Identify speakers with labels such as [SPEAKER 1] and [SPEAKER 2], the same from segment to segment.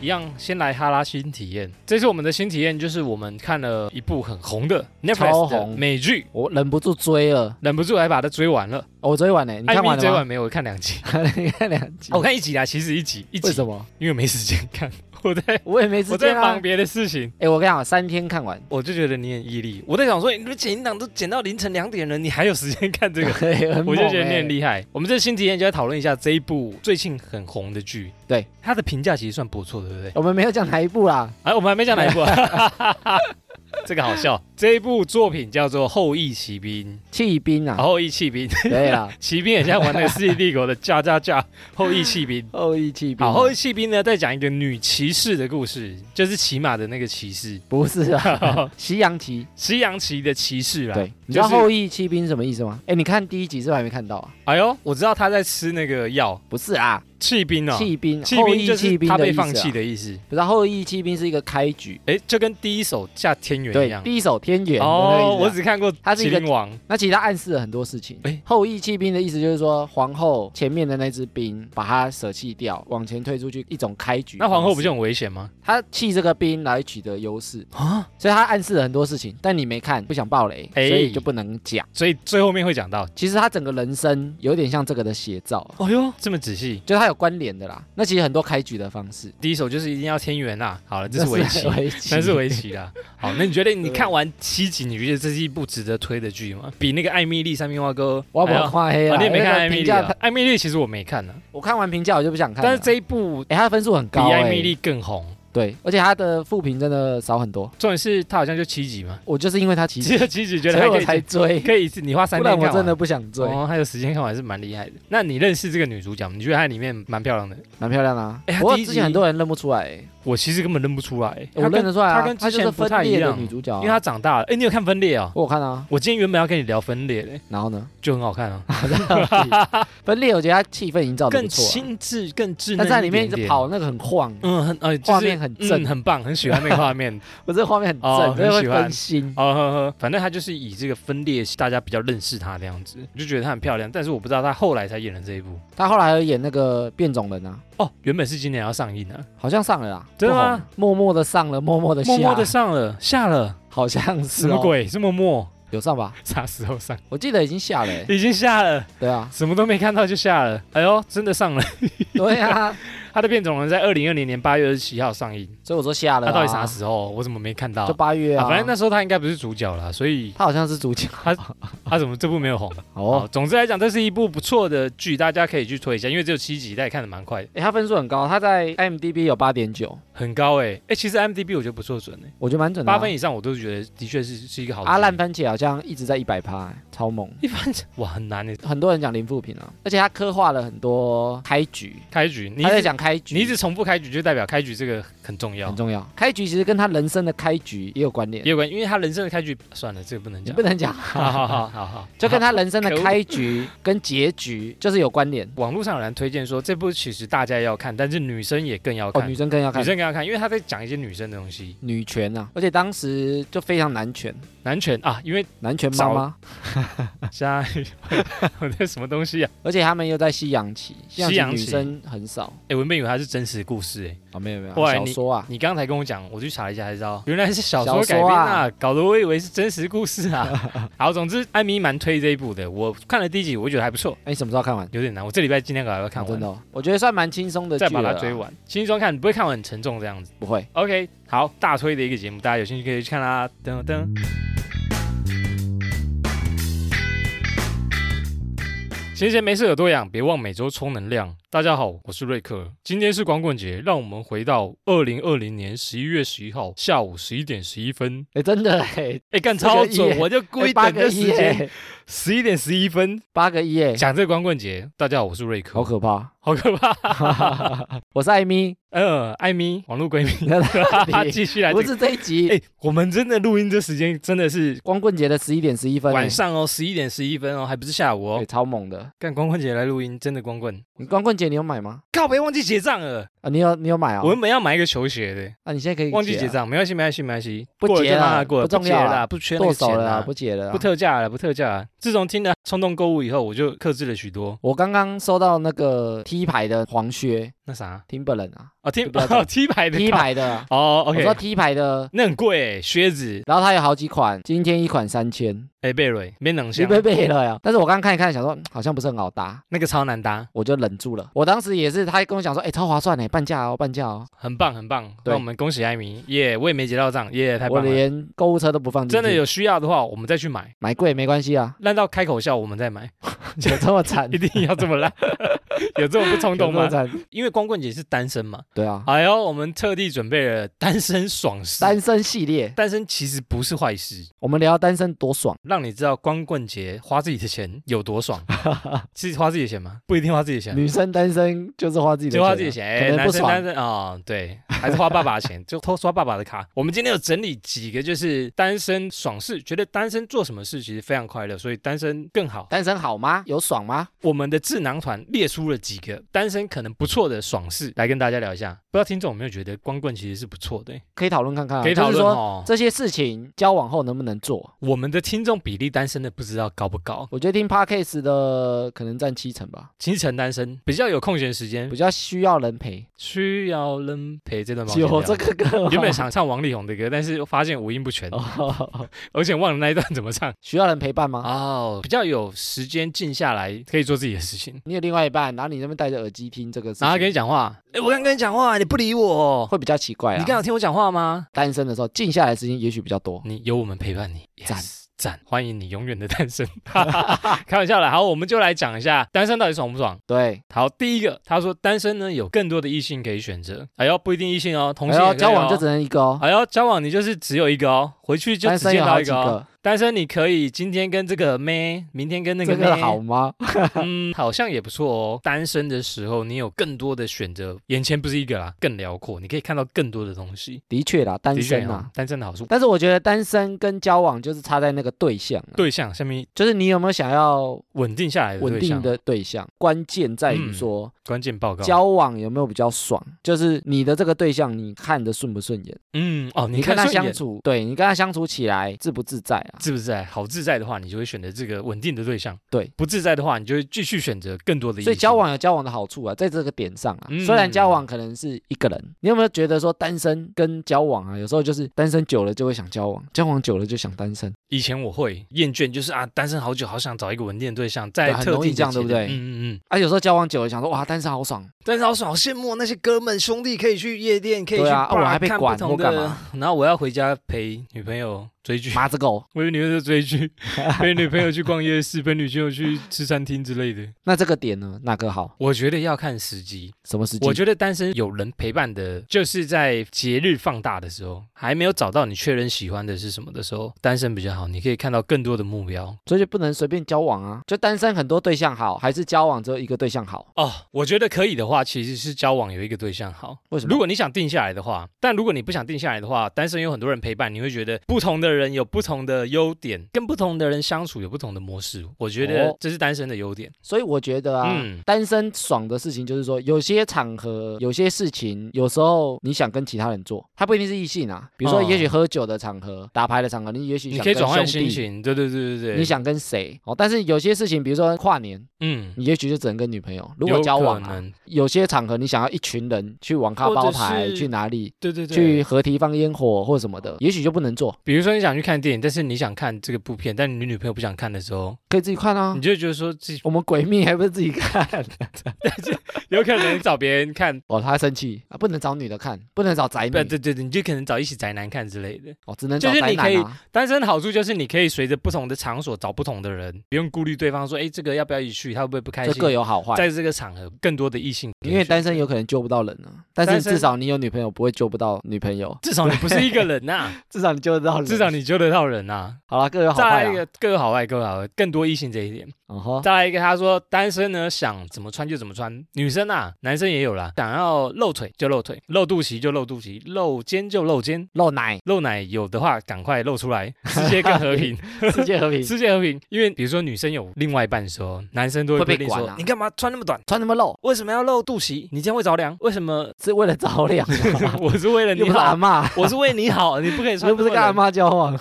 [SPEAKER 1] 一样先来哈拉新体验。这次我们的新体验就是我们看了一部很红的 Netflix 的
[SPEAKER 2] 红
[SPEAKER 1] 美剧，
[SPEAKER 2] 我忍不住追了，
[SPEAKER 1] 忍不住还把它追完了。
[SPEAKER 2] 哦我追完呢，你看
[SPEAKER 1] 艾
[SPEAKER 2] 完
[SPEAKER 1] 米追
[SPEAKER 2] 了
[SPEAKER 1] 完没有？我看两集，
[SPEAKER 2] 吗？ 你看两集
[SPEAKER 1] 哦，我看一集啦，其实一集一
[SPEAKER 2] 为
[SPEAKER 1] 集，
[SPEAKER 2] 什么？
[SPEAKER 1] 因为没 时间看，我在
[SPEAKER 2] 我也没时
[SPEAKER 1] 我在
[SPEAKER 2] 间啊
[SPEAKER 1] 忙。别的事情。
[SPEAKER 2] 哎，我跟你讲，三天看完，
[SPEAKER 1] 我就觉得你很毅力，我在想说，你们剪音档都剪到凌晨两点了，你还有时间看 这个？
[SPEAKER 2] 对，很
[SPEAKER 1] 我就觉得
[SPEAKER 2] 猛
[SPEAKER 1] 你
[SPEAKER 2] 欸
[SPEAKER 1] 很厉害。我们这新体验就来讨论一下这一部最近很红的剧，
[SPEAKER 2] 对
[SPEAKER 1] 它的评价其实算不错，对不对？
[SPEAKER 2] 我们没有讲哪一部啦，
[SPEAKER 1] 哎，我们还没讲哪一部 啊，这个好笑。这一部作品叫做《后羿骑兵
[SPEAKER 2] 弃兵》，
[SPEAKER 1] 啊
[SPEAKER 2] 啊，
[SPEAKER 1] 后羿骑兵》，
[SPEAKER 2] 对啦，
[SPEAKER 1] 骑兵很像玩那个《世纪帝国》的架架架，后羿骑兵》。
[SPEAKER 2] 后羿弃兵啊，
[SPEAKER 1] 好，后羿骑兵呢，再讲一个女骑士的故事，就是骑马的那个骑士，
[SPEAKER 2] 不是啊，西洋棋。
[SPEAKER 1] 西洋棋的骑士啊啦。
[SPEAKER 2] 对，你知
[SPEAKER 1] 就
[SPEAKER 2] 道
[SPEAKER 1] 是
[SPEAKER 2] 后羿弃兵是什么意思吗？哎，你看第一集是不是还没看到啊？
[SPEAKER 1] 哎呦，我知道他在吃那个药，
[SPEAKER 2] 不是啊，
[SPEAKER 1] 弃兵哦，
[SPEAKER 2] 弃兵，
[SPEAKER 1] 弃
[SPEAKER 2] 后
[SPEAKER 1] 兵
[SPEAKER 2] 羿
[SPEAKER 1] 就
[SPEAKER 2] 弃
[SPEAKER 1] 是
[SPEAKER 2] 兵
[SPEAKER 1] 他
[SPEAKER 2] 的
[SPEAKER 1] 被
[SPEAKER 2] 意思
[SPEAKER 1] 放
[SPEAKER 2] 啊
[SPEAKER 1] 弃。的意思。
[SPEAKER 2] 不是啊后羿弃兵是一个开局，
[SPEAKER 1] 哎，就跟第一手下天元一
[SPEAKER 2] 对，
[SPEAKER 1] 样。
[SPEAKER 2] 第一手天元的那个
[SPEAKER 1] 哦，
[SPEAKER 2] 意
[SPEAKER 1] 我
[SPEAKER 2] 思啊。
[SPEAKER 1] 只看过
[SPEAKER 2] 它
[SPEAKER 1] 《
[SPEAKER 2] 是一
[SPEAKER 1] 麒
[SPEAKER 2] 个
[SPEAKER 1] 麟王》，
[SPEAKER 2] 那其实它暗示了很多事情
[SPEAKER 1] 哎。
[SPEAKER 2] 后羿弃兵的意思就是说，皇后前面的那支兵把它舍弃掉，往前退出去，一种开局。
[SPEAKER 1] 那皇后不就很危险吗？
[SPEAKER 2] 她弃这个兵来取得优势，
[SPEAKER 1] 啊，
[SPEAKER 2] 所以它暗示了很多事情，但你没看，不想爆雷，所
[SPEAKER 1] 哎
[SPEAKER 2] 以就不能讲。
[SPEAKER 1] 所以最后面会讲到。
[SPEAKER 2] 其实他整个人生有点像这个的写照，
[SPEAKER 1] 哎呦，这么仔细，
[SPEAKER 2] 就他有关联的啦。那其实很多开局的方式，
[SPEAKER 1] 第一手就是一定要天元啦。好了，这是围
[SPEAKER 2] 那
[SPEAKER 1] 棋，
[SPEAKER 2] 围棋，
[SPEAKER 1] 那是围棋 啦。好，那你觉得你
[SPEAKER 2] 对
[SPEAKER 1] 看完七集，你觉得这是一部值得推的剧吗？比那个《艾米丽三面蛙哥》
[SPEAKER 2] 我
[SPEAKER 1] 还要
[SPEAKER 2] 要画黑
[SPEAKER 1] 啊
[SPEAKER 2] 了，
[SPEAKER 1] 你也没
[SPEAKER 2] 因为
[SPEAKER 1] 看
[SPEAKER 2] 哎那
[SPEAKER 1] 艾米
[SPEAKER 2] 评
[SPEAKER 1] 丽
[SPEAKER 2] 价
[SPEAKER 1] 啊
[SPEAKER 2] 他，？
[SPEAKER 1] 艾米丽其实我没看呢，
[SPEAKER 2] 我看完评价我就不想看了。
[SPEAKER 1] 但是这一部
[SPEAKER 2] 哎，他的分数很
[SPEAKER 1] 比
[SPEAKER 2] 高，
[SPEAKER 1] 艾
[SPEAKER 2] 哎
[SPEAKER 1] 米丽更红。
[SPEAKER 2] 对，而且他的负评真的少很多。
[SPEAKER 1] 重点是它好像就七集嘛，
[SPEAKER 2] 我就是因为他其
[SPEAKER 1] 只
[SPEAKER 2] 实，
[SPEAKER 1] 有七集觉得
[SPEAKER 2] 所
[SPEAKER 1] 还
[SPEAKER 2] 以我
[SPEAKER 1] 可以
[SPEAKER 2] 才追，
[SPEAKER 1] 可以一次你花三
[SPEAKER 2] 不
[SPEAKER 1] 天
[SPEAKER 2] 然
[SPEAKER 1] 看
[SPEAKER 2] 我
[SPEAKER 1] 完
[SPEAKER 2] 真的不想追。
[SPEAKER 1] 哦，还有时间看完是蛮厉害的。那你认识这个女主角吗？你觉得她里面蛮漂亮的？
[SPEAKER 2] 蛮漂亮的啊
[SPEAKER 1] 哎，她
[SPEAKER 2] 不过
[SPEAKER 1] 第一
[SPEAKER 2] 之
[SPEAKER 1] 集
[SPEAKER 2] 前很多人认不出来，哎
[SPEAKER 1] 我其实根本认不出来，
[SPEAKER 2] 我认得出来
[SPEAKER 1] 她
[SPEAKER 2] 啊，
[SPEAKER 1] 跟
[SPEAKER 2] 她
[SPEAKER 1] 之
[SPEAKER 2] 就是
[SPEAKER 1] 前不
[SPEAKER 2] 分
[SPEAKER 1] 太一
[SPEAKER 2] 裂的
[SPEAKER 1] 样，
[SPEAKER 2] 女主角啊，
[SPEAKER 1] 因为她长大了。哎，你有看分裂哦？
[SPEAKER 2] 我有看啊，
[SPEAKER 1] 我今天原本要跟你聊分裂嘞，
[SPEAKER 2] 然后呢，
[SPEAKER 1] 就很好看啊，
[SPEAKER 2] 分裂我觉得他气氛营造的
[SPEAKER 1] 更
[SPEAKER 2] 不错啊，
[SPEAKER 1] 精致、更稚嫩一点点。
[SPEAKER 2] 他在里面一直跑，那个很晃，
[SPEAKER 1] 嗯，很呃，就是
[SPEAKER 2] 画面很正
[SPEAKER 1] 嗯，很棒，很喜欢那个画面。
[SPEAKER 2] 我这画面很
[SPEAKER 1] 哦
[SPEAKER 2] 正，真的
[SPEAKER 1] 很
[SPEAKER 2] 会
[SPEAKER 1] 喜欢
[SPEAKER 2] 分心。
[SPEAKER 1] 哦呵呵，反正她就是以这个分裂，大家比较认识她那样子，我就觉得她很漂亮。但是我不知道她后来才演了这一部。
[SPEAKER 2] 他后来还有演那个变种人啊，
[SPEAKER 1] 哦，原本是今年要上映的，
[SPEAKER 2] 好像上了啦，
[SPEAKER 1] 真的吗
[SPEAKER 2] 不红？默默的上了，默默的下，
[SPEAKER 1] 默默的上了，下了，
[SPEAKER 2] 好像
[SPEAKER 1] 什
[SPEAKER 2] 是
[SPEAKER 1] 么
[SPEAKER 2] 哦，
[SPEAKER 1] 鬼？是默 默，
[SPEAKER 2] 有上吧？
[SPEAKER 1] 啥时候上？
[SPEAKER 2] 我记得已经下 了欸，
[SPEAKER 1] 已经下了，
[SPEAKER 2] 对啊，
[SPEAKER 1] 什么都没看到就下了。哎呦，真的上了！
[SPEAKER 2] 对啊，
[SPEAKER 1] 他的变种人在二零二零年八月二十七号上映，
[SPEAKER 2] 所以我说下了
[SPEAKER 1] 他
[SPEAKER 2] 啊。
[SPEAKER 1] 到底啥时候？我怎么没看到
[SPEAKER 2] 就？八月啊，
[SPEAKER 1] 啊，反正那时候他应该不是主角啦，所 以
[SPEAKER 2] 他好像是主角
[SPEAKER 1] 他怎么这部没有红？哦，
[SPEAKER 2] 哦。
[SPEAKER 1] 总之来讲，这是一部不错的剧，大家可以去推一下，因为只有七集，但也看得蛮快的，
[SPEAKER 2] 哎，他分数很高，他在 IMDB 有八点九，
[SPEAKER 1] 很高哎、哎、其实 M D B 我觉得不错准哎、
[SPEAKER 2] 我觉得蛮准的啊。
[SPEAKER 1] 八分以上我都觉得的确是是一个好剧。
[SPEAKER 2] 阿烂番茄好像一直在一百趴，超猛。
[SPEAKER 1] 一般哇很难哎、
[SPEAKER 2] 很多人讲零负评啊，而且他刻画了很多开局，
[SPEAKER 1] 开局你一
[SPEAKER 2] 他在
[SPEAKER 1] 直
[SPEAKER 2] 讲开局，
[SPEAKER 1] 你一直重复开局，就代表开局这个很重要
[SPEAKER 2] 很，重要。开局其实跟他人生的开局也有关联
[SPEAKER 1] 也，有关，因为他人生的开局算了，这个不能
[SPEAKER 2] 你
[SPEAKER 1] 讲
[SPEAKER 2] 不。能讲，
[SPEAKER 1] 好好好好好，
[SPEAKER 2] 就跟他人生的
[SPEAKER 1] 可恶
[SPEAKER 2] 开局跟结局就是有关联。
[SPEAKER 1] 网络上有人推荐说，这部其实大家要看，但是女生也更要
[SPEAKER 2] 哦，
[SPEAKER 1] 看，
[SPEAKER 2] 女生更要
[SPEAKER 1] 女
[SPEAKER 2] 看
[SPEAKER 1] 生更要看，因为他在讲一些女生的东西，
[SPEAKER 2] 女权啊，而且当时就非常男权，
[SPEAKER 1] 男权啊，因为
[SPEAKER 2] 男权妈妈，
[SPEAKER 1] 现在我在什么东西啊？
[SPEAKER 2] 而且他们又在西洋棋，
[SPEAKER 1] 西洋棋
[SPEAKER 2] 女生很少
[SPEAKER 1] 哎、文本以为它是真实故事、哎，
[SPEAKER 2] 啊，没有没有
[SPEAKER 1] 后来
[SPEAKER 2] 小
[SPEAKER 1] 你
[SPEAKER 2] 说啊，
[SPEAKER 1] 你刚才跟我讲，我去查了一下才知 道，原来是小说
[SPEAKER 2] 小
[SPEAKER 1] 改
[SPEAKER 2] 说
[SPEAKER 1] 编
[SPEAKER 2] 啊
[SPEAKER 1] 啊，搞得我以为是真实故事 啊。好，总之艾米蛮推这一部的，我看了第一集，我觉得还不错，
[SPEAKER 2] 哎，你什么时候看完？
[SPEAKER 1] 有点难，我这礼拜尽量搞要看
[SPEAKER 2] 啊真
[SPEAKER 1] 完，
[SPEAKER 2] 的哦，我觉得算蛮轻松的剧啊
[SPEAKER 1] 再
[SPEAKER 2] 了
[SPEAKER 1] 把
[SPEAKER 2] 啦，
[SPEAKER 1] 它追完，轻松看，不会看完很沉重这样子。
[SPEAKER 2] 不会。
[SPEAKER 1] OK，好，大推的一个节目，大家有兴趣可以去看啦。噔噔。闲闲没事有多养，别忘每周充能量。大家好，我是瑞克，今天是光棍节，让我们回到二零二零年十一月十一号下午十一点十一分。
[SPEAKER 2] 哎，真 的哎，
[SPEAKER 1] 哎，干
[SPEAKER 2] 四个
[SPEAKER 1] 超
[SPEAKER 2] 一
[SPEAKER 1] 准，
[SPEAKER 2] 耶
[SPEAKER 1] 我就故意
[SPEAKER 2] 哎八
[SPEAKER 1] 等这
[SPEAKER 2] 个
[SPEAKER 1] 时
[SPEAKER 2] 一
[SPEAKER 1] 间，
[SPEAKER 2] 耶，
[SPEAKER 1] 十一点十一分
[SPEAKER 2] 八个一哎，
[SPEAKER 1] 讲这个光棍节。大家好，我是瑞克，
[SPEAKER 2] 好可怕。
[SPEAKER 1] 好可怕。
[SPEAKER 2] 我是 艾米，
[SPEAKER 1] 呃，艾米，网络闺蜜，
[SPEAKER 2] 那到 底
[SPEAKER 1] 继续来
[SPEAKER 2] 不
[SPEAKER 1] 这个。
[SPEAKER 2] 是这一集
[SPEAKER 1] 哎，我们真的录音这时间真的是
[SPEAKER 2] 光棍节的十一点十一分，欸
[SPEAKER 1] 晚上哦，十一点十一分哦，还不是下午
[SPEAKER 2] 哎
[SPEAKER 1] 哦。
[SPEAKER 2] 超猛的。
[SPEAKER 1] 干光棍节来录音，真的光棍，
[SPEAKER 2] 你光棍节你有买吗？
[SPEAKER 1] 靠别忘记结账了。
[SPEAKER 2] 啊，你有你有买哦？
[SPEAKER 1] 我原本要买一个球鞋的，
[SPEAKER 2] 啊，你现在可以
[SPEAKER 1] 忘记结
[SPEAKER 2] 结啊，
[SPEAKER 1] 账，没关系，没关系，没关系，
[SPEAKER 2] 不
[SPEAKER 1] 过了
[SPEAKER 2] 结
[SPEAKER 1] 就让
[SPEAKER 2] 啦
[SPEAKER 1] 它过了，
[SPEAKER 2] 不重要
[SPEAKER 1] 结
[SPEAKER 2] 啦
[SPEAKER 1] 啦，不缺那
[SPEAKER 2] 剁
[SPEAKER 1] 个
[SPEAKER 2] 手
[SPEAKER 1] 钱
[SPEAKER 2] 了啦，
[SPEAKER 1] 啦
[SPEAKER 2] 不，结了
[SPEAKER 1] 啊
[SPEAKER 2] 啦。啊
[SPEAKER 1] 不特价了，不特价了。自从听了冲动购物以后，我就克制了许多。
[SPEAKER 2] 我刚刚收到那个 T 牌的黄靴
[SPEAKER 1] 那啥，
[SPEAKER 2] ，Timberland 啊
[SPEAKER 1] 哦 T
[SPEAKER 2] 不要讲
[SPEAKER 1] T 牌的
[SPEAKER 2] ，T
[SPEAKER 1] 靠
[SPEAKER 2] 牌的 啊，
[SPEAKER 1] 哦
[SPEAKER 2] 我说
[SPEAKER 1] ，OK，
[SPEAKER 2] T 牌的，
[SPEAKER 1] 那很贵欸，靴子，
[SPEAKER 2] 然后它有好几款，今天一款三千，
[SPEAKER 1] 哎，贝瑞，没冷
[SPEAKER 2] 你
[SPEAKER 1] 箱，
[SPEAKER 2] 被背了呀。但是我刚刚看一看，想说嗯好像不是很好搭，
[SPEAKER 1] 那个超难搭，
[SPEAKER 2] 我就忍住了。我当时也是，他跟我讲说，哎，超划算呢，半价哦，半价哦。
[SPEAKER 1] 很棒，很棒。
[SPEAKER 2] 对
[SPEAKER 1] 那我们恭喜艾米，耶，我也没结到账，耶，太
[SPEAKER 2] 我
[SPEAKER 1] 棒了。
[SPEAKER 2] 连购物车都不放进去，
[SPEAKER 1] 真的有需要的话，我们再去买，
[SPEAKER 2] 买贵没关系啊，
[SPEAKER 1] 烂到开口笑，我们再买，
[SPEAKER 2] 有这么惨
[SPEAKER 1] 一，定要这么 烂，有这么不冲
[SPEAKER 2] 有这
[SPEAKER 1] 动吗
[SPEAKER 2] 么？惨，
[SPEAKER 1] 因为光棍节是单身嘛，
[SPEAKER 2] 对啊，
[SPEAKER 1] 哎呦，我们特地准备了单身爽事。
[SPEAKER 2] 单身系列，
[SPEAKER 1] 单身其实不是坏事，
[SPEAKER 2] 我们聊单身多爽，
[SPEAKER 1] 让你知道光棍节花自己的钱有多 爽。是花自己的钱吗？不一定花自己的钱，
[SPEAKER 2] 女生单身就是花自己的
[SPEAKER 1] 啊就花
[SPEAKER 2] 钱啊，
[SPEAKER 1] 自己的钱。哎
[SPEAKER 2] 可能
[SPEAKER 1] 男
[SPEAKER 2] 不
[SPEAKER 1] 生单
[SPEAKER 2] 爽，
[SPEAKER 1] 身啊、哦对，还是花爸爸的 钱，就偷刷爸爸的卡。我们今天有整理几个，就是单身爽事，觉得单身做什么事其实非常快乐，所以单身更好。
[SPEAKER 2] 单身好吗？有爽吗？
[SPEAKER 1] 我们的智囊团列出了几个单身可能不错的爽事，来跟大家聊一下。不知道听众有没有觉得光棍其实是不错的、
[SPEAKER 2] 可以讨论看看啊，
[SPEAKER 1] 可以
[SPEAKER 2] 就
[SPEAKER 1] 讨
[SPEAKER 2] 是
[SPEAKER 1] 论
[SPEAKER 2] 说
[SPEAKER 1] 哦。
[SPEAKER 2] 这些事情交往后能不能做？
[SPEAKER 1] 我们的听众比例单身的不知道高不高，
[SPEAKER 2] 我觉得听 podcast 的可能占七成吧，
[SPEAKER 1] 清晨单身比较有空闲时间
[SPEAKER 2] 比，较需要人陪。
[SPEAKER 1] 需要人陪这段吗？
[SPEAKER 2] 有这个啊歌吗，
[SPEAKER 1] 啊原本想唱王力宏的歌，但是发现五音不全，
[SPEAKER 2] 哦，
[SPEAKER 1] 而且忘了那一段怎么唱。
[SPEAKER 2] 需要人陪伴吗？ 啊
[SPEAKER 1] 哦，比较有时间静下来，可以做自己的事情。
[SPEAKER 2] 你有另外一半，然后你这边戴着耳机听这个事情，
[SPEAKER 1] 然后他跟你讲话，哎，我刚跟你讲话，你不理我，
[SPEAKER 2] 会比较奇怪
[SPEAKER 1] 你
[SPEAKER 2] 啊。
[SPEAKER 1] 刚有听我讲话吗？
[SPEAKER 2] 单身的时候，静下来的时间也许比较多。
[SPEAKER 1] 你有我们陪伴你，
[SPEAKER 2] 赞
[SPEAKER 1] yes，赞，欢迎你永远的单身。 哈哈哈，开玩笑啦，好，我们就来讲一下单身到底爽不爽。
[SPEAKER 2] 对，
[SPEAKER 1] 好，第一个，他说单身呢有更多的异性可以选择，哎呦不一定异性哦，同性也
[SPEAKER 2] 然后
[SPEAKER 1] 可以哦
[SPEAKER 2] 哎交往就只能一个哦，
[SPEAKER 1] 哎呦交往你就是只有一个哦，回去就
[SPEAKER 2] 单
[SPEAKER 1] 只
[SPEAKER 2] 身有
[SPEAKER 1] 见
[SPEAKER 2] 好
[SPEAKER 1] 到一
[SPEAKER 2] 几
[SPEAKER 1] 个哦。
[SPEAKER 2] 个，
[SPEAKER 1] 单身你可以今天跟这个妹，明天跟那个
[SPEAKER 2] 这
[SPEAKER 1] 妹，
[SPEAKER 2] 个好吗？
[SPEAKER 1] 嗯，好像也不错哦。单身的时候你有更多的选择，眼前不是一个啦，更辽阔，你可以看到更多的东西。
[SPEAKER 2] 的确啦，单
[SPEAKER 1] 的确
[SPEAKER 2] 身
[SPEAKER 1] 啊
[SPEAKER 2] 啊，。
[SPEAKER 1] 单身的好处。
[SPEAKER 2] 但是我觉得单身跟交往就是差在那个对象、啊，
[SPEAKER 1] 对象下面
[SPEAKER 2] 就是你有没有想要
[SPEAKER 1] 稳定下来的
[SPEAKER 2] 稳
[SPEAKER 1] 对
[SPEAKER 2] 定
[SPEAKER 1] 象，
[SPEAKER 2] 的对象，关键在于
[SPEAKER 1] 嗯
[SPEAKER 2] 说、
[SPEAKER 1] 关键报告。
[SPEAKER 2] 交往有没有比较爽，就是你的这个对象你看着顺不顺眼，
[SPEAKER 1] 嗯哦，你
[SPEAKER 2] 跟
[SPEAKER 1] 看
[SPEAKER 2] 他
[SPEAKER 1] 顺
[SPEAKER 2] 相
[SPEAKER 1] 眼
[SPEAKER 2] 处，对你跟他相处起来自不自在啊？
[SPEAKER 1] 自不自在，好自在的话，你就会选择这个稳定的对象；
[SPEAKER 2] 对，
[SPEAKER 1] 不自在的话，你就会继续选择更多的异性。
[SPEAKER 2] 所以交往有交往的好处啊，在这个点上啊，
[SPEAKER 1] 嗯
[SPEAKER 2] 虽然交往可能是一个人，你有没有觉得说单身跟交往啊，有时候就是单身久了就会想交往，交往久了就想单身，
[SPEAKER 1] 以前我会厌倦，就是啊，单身好久，好想找一个稳定的对象，在
[SPEAKER 2] 对很
[SPEAKER 1] 特
[SPEAKER 2] 容
[SPEAKER 1] 定
[SPEAKER 2] 易
[SPEAKER 1] 的
[SPEAKER 2] 这样
[SPEAKER 1] 节
[SPEAKER 2] 对不
[SPEAKER 1] 点嗯
[SPEAKER 2] 对
[SPEAKER 1] 嗯嗯。
[SPEAKER 2] 啊，有时候交往久了想说哇，单身 好爽，
[SPEAKER 1] 但是好爽，好羡慕啊那些哥们兄弟可以去夜店，可以去
[SPEAKER 2] 对啊啊
[SPEAKER 1] bar，
[SPEAKER 2] 我还被
[SPEAKER 1] 看
[SPEAKER 2] 管
[SPEAKER 1] 不同
[SPEAKER 2] 或
[SPEAKER 1] 的
[SPEAKER 2] 干嘛
[SPEAKER 1] 然后我要回家陪女朋友追剧，
[SPEAKER 2] 妈这狗，
[SPEAKER 1] 我陪女朋友追 剧，陪女朋友去逛夜市，陪女朋友去吃餐厅之类的。
[SPEAKER 2] 那这个点呢，哪个好？
[SPEAKER 1] 我觉得要看时机，
[SPEAKER 2] 什么时机
[SPEAKER 1] 我？觉得单身有人陪伴的，就是在节日放大的时候，还没有找到你确认喜欢的是什么的时候，单身比较好。你可以看到更多的目标。
[SPEAKER 2] 所以就不能随便交往啊，就单身很多对象好，还是交往只有一个对象好？
[SPEAKER 1] 哦，我觉得可以的话，其实是交往有一个对象好。
[SPEAKER 2] 为什么
[SPEAKER 1] 如果你想定下来的话，但如果你不想定下来的话，单身有很多人陪伴，你会觉得不同的人有不同的优点，跟不同的人相处有不同的模式。我觉得
[SPEAKER 2] 哦
[SPEAKER 1] 这是单身的优点。
[SPEAKER 2] 所以我觉得啊，
[SPEAKER 1] 嗯
[SPEAKER 2] 单身爽的事情就是说，有些场合、有些事情，有时候你想跟其他人做，它不一定是异性啊。比如说，
[SPEAKER 1] 嗯
[SPEAKER 2] 也许喝酒的场合、打牌的场合，你也许
[SPEAKER 1] 你
[SPEAKER 2] 想
[SPEAKER 1] 可以
[SPEAKER 2] 跟
[SPEAKER 1] 转换
[SPEAKER 2] 兄
[SPEAKER 1] 心
[SPEAKER 2] 弟，
[SPEAKER 1] 情，对对对对对。
[SPEAKER 2] 你，想跟谁哦？但是有些事情，比如说跨年，
[SPEAKER 1] 嗯，
[SPEAKER 2] 你也许就只能跟女朋友。如果
[SPEAKER 1] 有
[SPEAKER 2] 交往
[SPEAKER 1] 可
[SPEAKER 2] 啊，
[SPEAKER 1] 能
[SPEAKER 2] 有些场合你想要一群人去网咖
[SPEAKER 1] 或者
[SPEAKER 2] 包牌，
[SPEAKER 1] 是
[SPEAKER 2] 去哪里？
[SPEAKER 1] 对对对，
[SPEAKER 2] 去合体放烟火或什么的，也许就不能做，
[SPEAKER 1] 比如说你想去看电影，但是你想看这个部片，但你女朋友不想看的时候，
[SPEAKER 2] 可以自己看啊
[SPEAKER 1] 你。就会觉得说 自己
[SPEAKER 2] 我们鬼命还不是自己看？
[SPEAKER 1] 有可能找别 人看，
[SPEAKER 2] 哦，他生气啊，不能找女的看，不能找宅
[SPEAKER 1] 不，
[SPEAKER 2] 女，
[SPEAKER 1] 对对对，你就可能找一起宅男看之类的。
[SPEAKER 2] 哦，只能
[SPEAKER 1] 就
[SPEAKER 2] 找
[SPEAKER 1] 是
[SPEAKER 2] 宅
[SPEAKER 1] 你可
[SPEAKER 2] 男
[SPEAKER 1] 以
[SPEAKER 2] 啊。
[SPEAKER 1] 单身的好处就是你可以随着不同的场所找不同的人，不用顾虑对方说，哎，这个要不要一起去，他会不会不开
[SPEAKER 2] 这
[SPEAKER 1] 心。
[SPEAKER 2] 各有好坏，
[SPEAKER 1] 在这个场合，更多的异性，
[SPEAKER 2] 因为单身有可能救不到人啊，但
[SPEAKER 1] 单
[SPEAKER 2] 是
[SPEAKER 1] 身
[SPEAKER 2] 至少你有女朋友不会救不到女朋友，
[SPEAKER 1] 至少你不是一个人呐、
[SPEAKER 2] 至少你救得到人，
[SPEAKER 1] 至少你救得到人呐、
[SPEAKER 2] 好了，各有好
[SPEAKER 1] 再
[SPEAKER 2] 坏啊
[SPEAKER 1] 来一
[SPEAKER 2] 啦。
[SPEAKER 1] 个各有好坏，各有好坏，更多异性这一点。
[SPEAKER 2] 嗯哼，
[SPEAKER 1] 再来一个，他说单身呢，想怎么穿就怎么穿，女生啊，男生也有啦，想要露腿就露腿，露肚脐就露肚脐，露肩就露肩，，
[SPEAKER 2] 露奶
[SPEAKER 1] 露奶有的话赶快露出 来，世界更和 平，
[SPEAKER 2] 世界和平，
[SPEAKER 1] 世界和平。因为比如说女生有另外一半的时候，男生都会
[SPEAKER 2] 会被
[SPEAKER 1] 规定说
[SPEAKER 2] 管啊
[SPEAKER 1] 你干嘛穿那么短？
[SPEAKER 2] 穿那么露，？
[SPEAKER 1] 为什么要露到肚脐，你今天会着凉？为什么？
[SPEAKER 2] 是为了着凉 吧
[SPEAKER 1] 我是为了
[SPEAKER 2] 又
[SPEAKER 1] 你
[SPEAKER 2] 不是阿
[SPEAKER 1] 好，
[SPEAKER 2] 妈，
[SPEAKER 1] 我是为你好，你不可以穿。
[SPEAKER 2] 又不是跟阿，妈交往，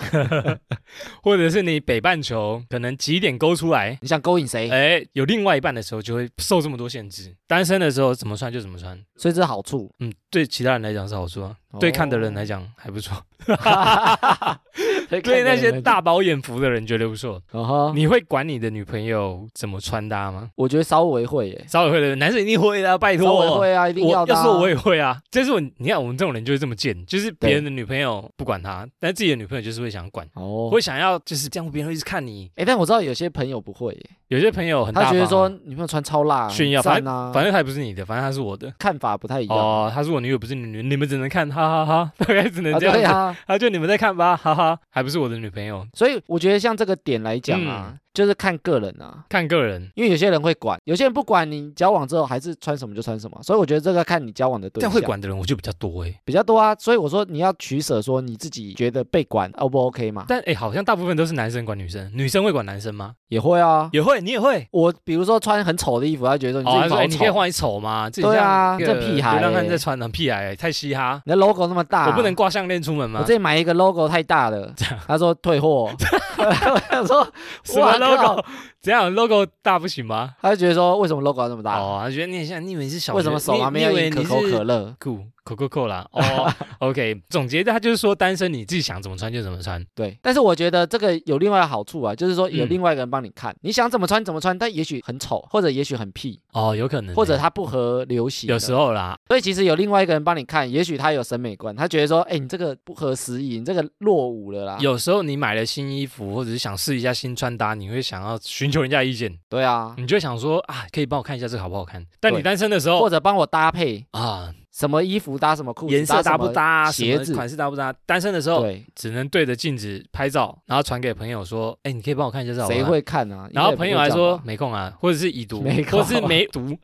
[SPEAKER 1] 或者是你北半球可能几点勾出来？
[SPEAKER 2] 你想勾引谁？
[SPEAKER 1] 哎，有另外一半的时候就会受这么多限制。单身的时候怎么穿就怎么穿，
[SPEAKER 2] 所以这是好 处。
[SPEAKER 1] 嗯，对其他人来讲是好处啊，
[SPEAKER 2] 哦
[SPEAKER 1] 对看的人来
[SPEAKER 2] 讲，
[SPEAKER 1] 讲还不 错，
[SPEAKER 2] 对
[SPEAKER 1] 对那
[SPEAKER 2] 看的人
[SPEAKER 1] 些
[SPEAKER 2] 来
[SPEAKER 1] 大饱眼福的人绝对不错。
[SPEAKER 2] 讲，哦哈，
[SPEAKER 1] 你会管你的女朋友怎么穿搭吗？
[SPEAKER 2] 我觉得稍微会耶，
[SPEAKER 1] 稍微会的男生一定会的啊、拜托。
[SPEAKER 2] 稍微会啊，一定
[SPEAKER 1] 我
[SPEAKER 2] 的啊。
[SPEAKER 1] 是我我也会啊，但是我你看我们这种人就是这么贱，就是别人的女朋友不管他，但自己的女朋友就是会想管，
[SPEAKER 2] 哦
[SPEAKER 1] 会想要就是这样，别人会一直看你。
[SPEAKER 2] 哎、但我知道有些朋友不会耶，
[SPEAKER 1] 有些朋友很大
[SPEAKER 2] 他
[SPEAKER 1] 方啊
[SPEAKER 2] 觉得说女朋友穿超辣，
[SPEAKER 1] 炫耀
[SPEAKER 2] 很赞啊，
[SPEAKER 1] 反正他也不是你的，反正他是我的。
[SPEAKER 2] 看法不太一样。啊
[SPEAKER 1] 哦，他是我女友，不是你女，你们只能看，哈哈哈， 大概只能
[SPEAKER 2] 啊，
[SPEAKER 1] 这样
[SPEAKER 2] 对
[SPEAKER 1] 子。
[SPEAKER 2] 啊，
[SPEAKER 1] 他就你们在看吧，哈哈，还不是我的女朋友，
[SPEAKER 2] 所以我觉得像这个点来讲
[SPEAKER 1] 嗯
[SPEAKER 2] 啊，就是看个人啊，
[SPEAKER 1] 看个人。
[SPEAKER 2] 因为有些人会管，有些人不管你交往之后还是穿什么就穿什么，所以我觉得这个看你交往的对
[SPEAKER 1] 但
[SPEAKER 2] 象
[SPEAKER 1] 会管的人我就比较多哎，
[SPEAKER 2] 比较多啊，所以我说你要取舍，说你自己觉得被管 O 不 OK 嘛？
[SPEAKER 1] 但哎，好像大部分都是男生管女生，女生会管男生吗？
[SPEAKER 2] 也会啊，
[SPEAKER 1] 也会，你也会。
[SPEAKER 2] 我比如说穿很丑的衣服，他觉得说你
[SPEAKER 1] 哦，
[SPEAKER 2] 自
[SPEAKER 1] 他
[SPEAKER 2] 己
[SPEAKER 1] 说
[SPEAKER 2] 好
[SPEAKER 1] 哎你可以
[SPEAKER 2] 丑，
[SPEAKER 1] 换一丑吗？自己
[SPEAKER 2] 对啊
[SPEAKER 1] 这样
[SPEAKER 2] 这屁孩
[SPEAKER 1] 流浪汉
[SPEAKER 2] 欸
[SPEAKER 1] 在穿很屁孩欸，太嘻哈。
[SPEAKER 2] 你的 logo 那么大，啊
[SPEAKER 1] 我不能挂项链出门吗
[SPEAKER 2] 我？这里买一个 logo 太大了，他说退货。我想说，
[SPEAKER 1] 什么
[SPEAKER 2] 哇靠
[SPEAKER 1] logo？怎样 logo 大不行吗？
[SPEAKER 2] 他就觉得说为什么 logo 要那么大？
[SPEAKER 1] 哦，他觉得你像你以为你是小学，
[SPEAKER 2] 啊为什么手啊旁
[SPEAKER 1] 你你
[SPEAKER 2] 边要
[SPEAKER 1] 以为
[SPEAKER 2] 印可
[SPEAKER 1] 你
[SPEAKER 2] 口可
[SPEAKER 1] 是
[SPEAKER 2] 乐？
[SPEAKER 1] 酷可口可啦？哦 ，OK，总结他就是说单身你自己想怎么穿就怎么穿，
[SPEAKER 2] 对，但是我觉得这个有另外的好处啊，就是说有
[SPEAKER 1] 嗯
[SPEAKER 2] 另外一个人帮你看，你想怎么穿怎么穿，但也许很丑，或者也许很屁，
[SPEAKER 1] 哦，有可能欸，
[SPEAKER 2] 或者它不合流行的。
[SPEAKER 1] 有时候啦，
[SPEAKER 2] 所以其实有另外一个人帮你看，也许他有审美观，他觉得说，哎，你这个不合时宜，你这个落伍了啦。，
[SPEAKER 1] 有时候你买了新衣服或者是想试一下新穿搭，你会想要寻求人家意见，
[SPEAKER 2] 对啊，
[SPEAKER 1] 你就会想说啊，可以帮我看一下这个好不好看？但你
[SPEAKER 2] 对
[SPEAKER 1] 单身的时
[SPEAKER 2] 或
[SPEAKER 1] 候
[SPEAKER 2] 者帮我搭配
[SPEAKER 1] 啊，
[SPEAKER 2] 什么衣服搭什么裤子，
[SPEAKER 1] 颜色
[SPEAKER 2] 搭
[SPEAKER 1] 搭
[SPEAKER 2] 什
[SPEAKER 1] 不
[SPEAKER 2] 么
[SPEAKER 1] 搭啊，什
[SPEAKER 2] 鞋
[SPEAKER 1] 么
[SPEAKER 2] 子
[SPEAKER 1] 款式搭不搭？单身的时候
[SPEAKER 2] 对，
[SPEAKER 1] 只能对着镜子拍照，然后传给朋友说，哎，你可以帮我看一下这好不好
[SPEAKER 2] 谁
[SPEAKER 1] 看？
[SPEAKER 2] 会看啊？
[SPEAKER 1] 然后
[SPEAKER 2] 应该
[SPEAKER 1] 朋
[SPEAKER 2] 也
[SPEAKER 1] 友
[SPEAKER 2] 不会
[SPEAKER 1] 还
[SPEAKER 2] 这样
[SPEAKER 1] 说
[SPEAKER 2] 吧
[SPEAKER 1] 没空啊，或者是已读，
[SPEAKER 2] 没空啊
[SPEAKER 1] 或者是没读，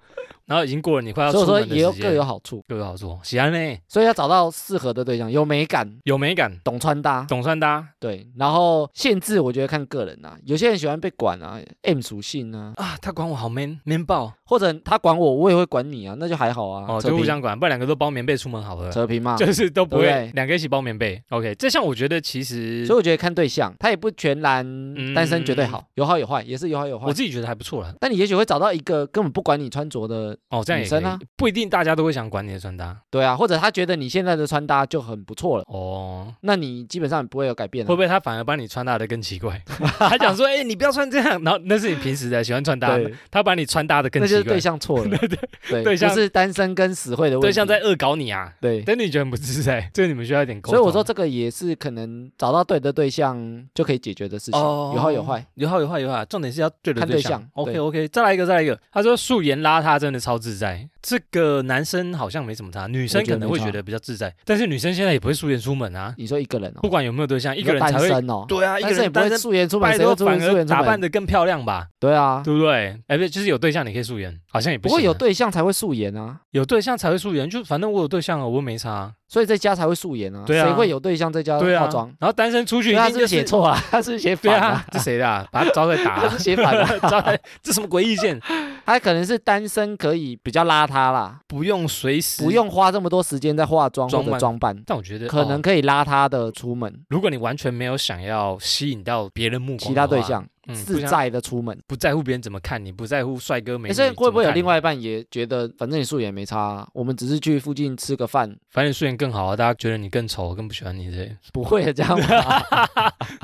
[SPEAKER 1] 然后已经过了你快要
[SPEAKER 2] 所以
[SPEAKER 1] 出
[SPEAKER 2] 我说
[SPEAKER 1] 门的
[SPEAKER 2] 也有
[SPEAKER 1] 时
[SPEAKER 2] 各
[SPEAKER 1] 间
[SPEAKER 2] 有。好处，
[SPEAKER 1] 各有好处，喜欢呢，
[SPEAKER 2] 所以要找到适合的对象，有美感，
[SPEAKER 1] 有美感，
[SPEAKER 2] 懂穿搭，
[SPEAKER 1] 懂穿搭
[SPEAKER 2] 对，然后限制我觉得看个人啊，有些人喜欢被管啊，M 属性啊，
[SPEAKER 1] 啊。他管我好 man man 爆
[SPEAKER 2] 或者他管我，我也会管你啊，那就还好啊，
[SPEAKER 1] 哦，
[SPEAKER 2] 扯
[SPEAKER 1] 就互
[SPEAKER 2] 平
[SPEAKER 1] 相管，不然两个都包棉被出门好了，
[SPEAKER 2] 扯平嘛。
[SPEAKER 1] 就是都不
[SPEAKER 2] 对不
[SPEAKER 1] 会
[SPEAKER 2] 对
[SPEAKER 1] 两个一起包棉被。OK，这项我觉得其实
[SPEAKER 2] 所以我觉得看对象，他也不全然单身绝对好，有好有坏，也是有好有坏
[SPEAKER 1] 嗯我。自己觉得还不错了。
[SPEAKER 2] 但你也许会找到一个根本不管你穿着的，
[SPEAKER 1] 哦，这样也
[SPEAKER 2] 女
[SPEAKER 1] 可
[SPEAKER 2] 生
[SPEAKER 1] 以
[SPEAKER 2] 啊
[SPEAKER 1] 不一定大家都会想管你的穿搭
[SPEAKER 2] 对啊，或者他觉得你现在的穿搭就很不错了，
[SPEAKER 1] 哦。
[SPEAKER 2] 那你基本上不会有改变、啊。
[SPEAKER 1] 会不会他反而帮你穿搭的更奇 怪？他讲说，哎、你不要穿这样，然后那是你平时的喜欢穿搭，
[SPEAKER 2] 对，
[SPEAKER 1] 他把你穿搭的更
[SPEAKER 2] 那就
[SPEAKER 1] 奇
[SPEAKER 2] 是
[SPEAKER 1] 怪
[SPEAKER 2] 对，象错了，对
[SPEAKER 1] 对象
[SPEAKER 2] 不是单身跟死会的问题，
[SPEAKER 1] 对象在恶搞你啊。
[SPEAKER 2] 对。
[SPEAKER 1] 但你觉得很不自在， 这个你们需要一点沟
[SPEAKER 2] 所
[SPEAKER 1] 通。
[SPEAKER 2] 以我说这个也是可能找到对的对象就可以解决的事情，
[SPEAKER 1] 哦
[SPEAKER 2] 有好有坏。，
[SPEAKER 1] 有好有坏有坏，重点是要对的
[SPEAKER 2] 看对
[SPEAKER 1] 象
[SPEAKER 2] 象。
[SPEAKER 1] OK
[SPEAKER 2] 对
[SPEAKER 1] OK，再来一个再来一个。他说素颜邋遢真的超自在，这个男生好像没什么差，女生
[SPEAKER 2] 我觉得
[SPEAKER 1] 可能会
[SPEAKER 2] 没
[SPEAKER 1] 觉
[SPEAKER 2] 差
[SPEAKER 1] 得比较自在，但是女生现在也不会素颜出门 啊，
[SPEAKER 2] 你说一个人哦，
[SPEAKER 1] 不管有没有对象，一
[SPEAKER 2] 你
[SPEAKER 1] 个
[SPEAKER 2] 说
[SPEAKER 1] 人才会
[SPEAKER 2] 单。身哦，
[SPEAKER 1] 对啊，一个
[SPEAKER 2] 但是也
[SPEAKER 1] 人
[SPEAKER 2] 不会
[SPEAKER 1] 单身，
[SPEAKER 2] 素颜出门，
[SPEAKER 1] 拜
[SPEAKER 2] 谁
[SPEAKER 1] 托
[SPEAKER 2] 会出
[SPEAKER 1] 反
[SPEAKER 2] 素
[SPEAKER 1] 而
[SPEAKER 2] 颜出
[SPEAKER 1] 打扮
[SPEAKER 2] 门？
[SPEAKER 1] 的更漂亮吧，
[SPEAKER 2] 对啊，
[SPEAKER 1] 对不对？哎，不对，就是有对象你可以素颜，好像也不
[SPEAKER 2] 不
[SPEAKER 1] 行啊。
[SPEAKER 2] 过有对象才会素颜啊，
[SPEAKER 1] 有对象才会素颜，就反正我有对象了，我又没差啊。
[SPEAKER 2] 所以在家才会素颜啊。
[SPEAKER 1] 对啊
[SPEAKER 2] 谁会有对象在家
[SPEAKER 1] 对啊
[SPEAKER 2] 化妆？，
[SPEAKER 1] 然后单身出去
[SPEAKER 2] 所
[SPEAKER 1] 一
[SPEAKER 2] 以他
[SPEAKER 1] 定
[SPEAKER 2] 是
[SPEAKER 1] 就
[SPEAKER 2] 不是写
[SPEAKER 1] 是
[SPEAKER 2] 错啊，他是不是写
[SPEAKER 1] 对
[SPEAKER 2] 反
[SPEAKER 1] 啊
[SPEAKER 2] 啊，，
[SPEAKER 1] 这谁的啊？把他招来打
[SPEAKER 2] 他
[SPEAKER 1] 啊
[SPEAKER 2] 是，写反了，
[SPEAKER 1] 招来这什么诡异意见？
[SPEAKER 2] 他可能是单身可以比较邋遢啦，
[SPEAKER 1] 不用随时
[SPEAKER 2] 不。用花这么多时间在化妆或
[SPEAKER 1] 装
[SPEAKER 2] 者
[SPEAKER 1] 扮
[SPEAKER 2] 装扮，
[SPEAKER 1] 但我觉得
[SPEAKER 2] 可能
[SPEAKER 1] 哦
[SPEAKER 2] 可以邋遢的出门，
[SPEAKER 1] 如果你完全没有想要吸引到别人目光，
[SPEAKER 2] 其他对，象
[SPEAKER 1] 嗯，不
[SPEAKER 2] 自
[SPEAKER 1] 想
[SPEAKER 2] 在的出门。
[SPEAKER 1] 不在乎别人怎么看你，不在乎帅哥美
[SPEAKER 2] 欸
[SPEAKER 1] 女，
[SPEAKER 2] 所以会不会有另
[SPEAKER 1] 怎么看你？
[SPEAKER 2] 外一半也觉得，反正你素颜没差啊，我们只是去附近吃个饭，
[SPEAKER 1] 反正你素颜更好啊，大家觉得你更丑，更不喜欢你这。
[SPEAKER 2] 不会的这样吧？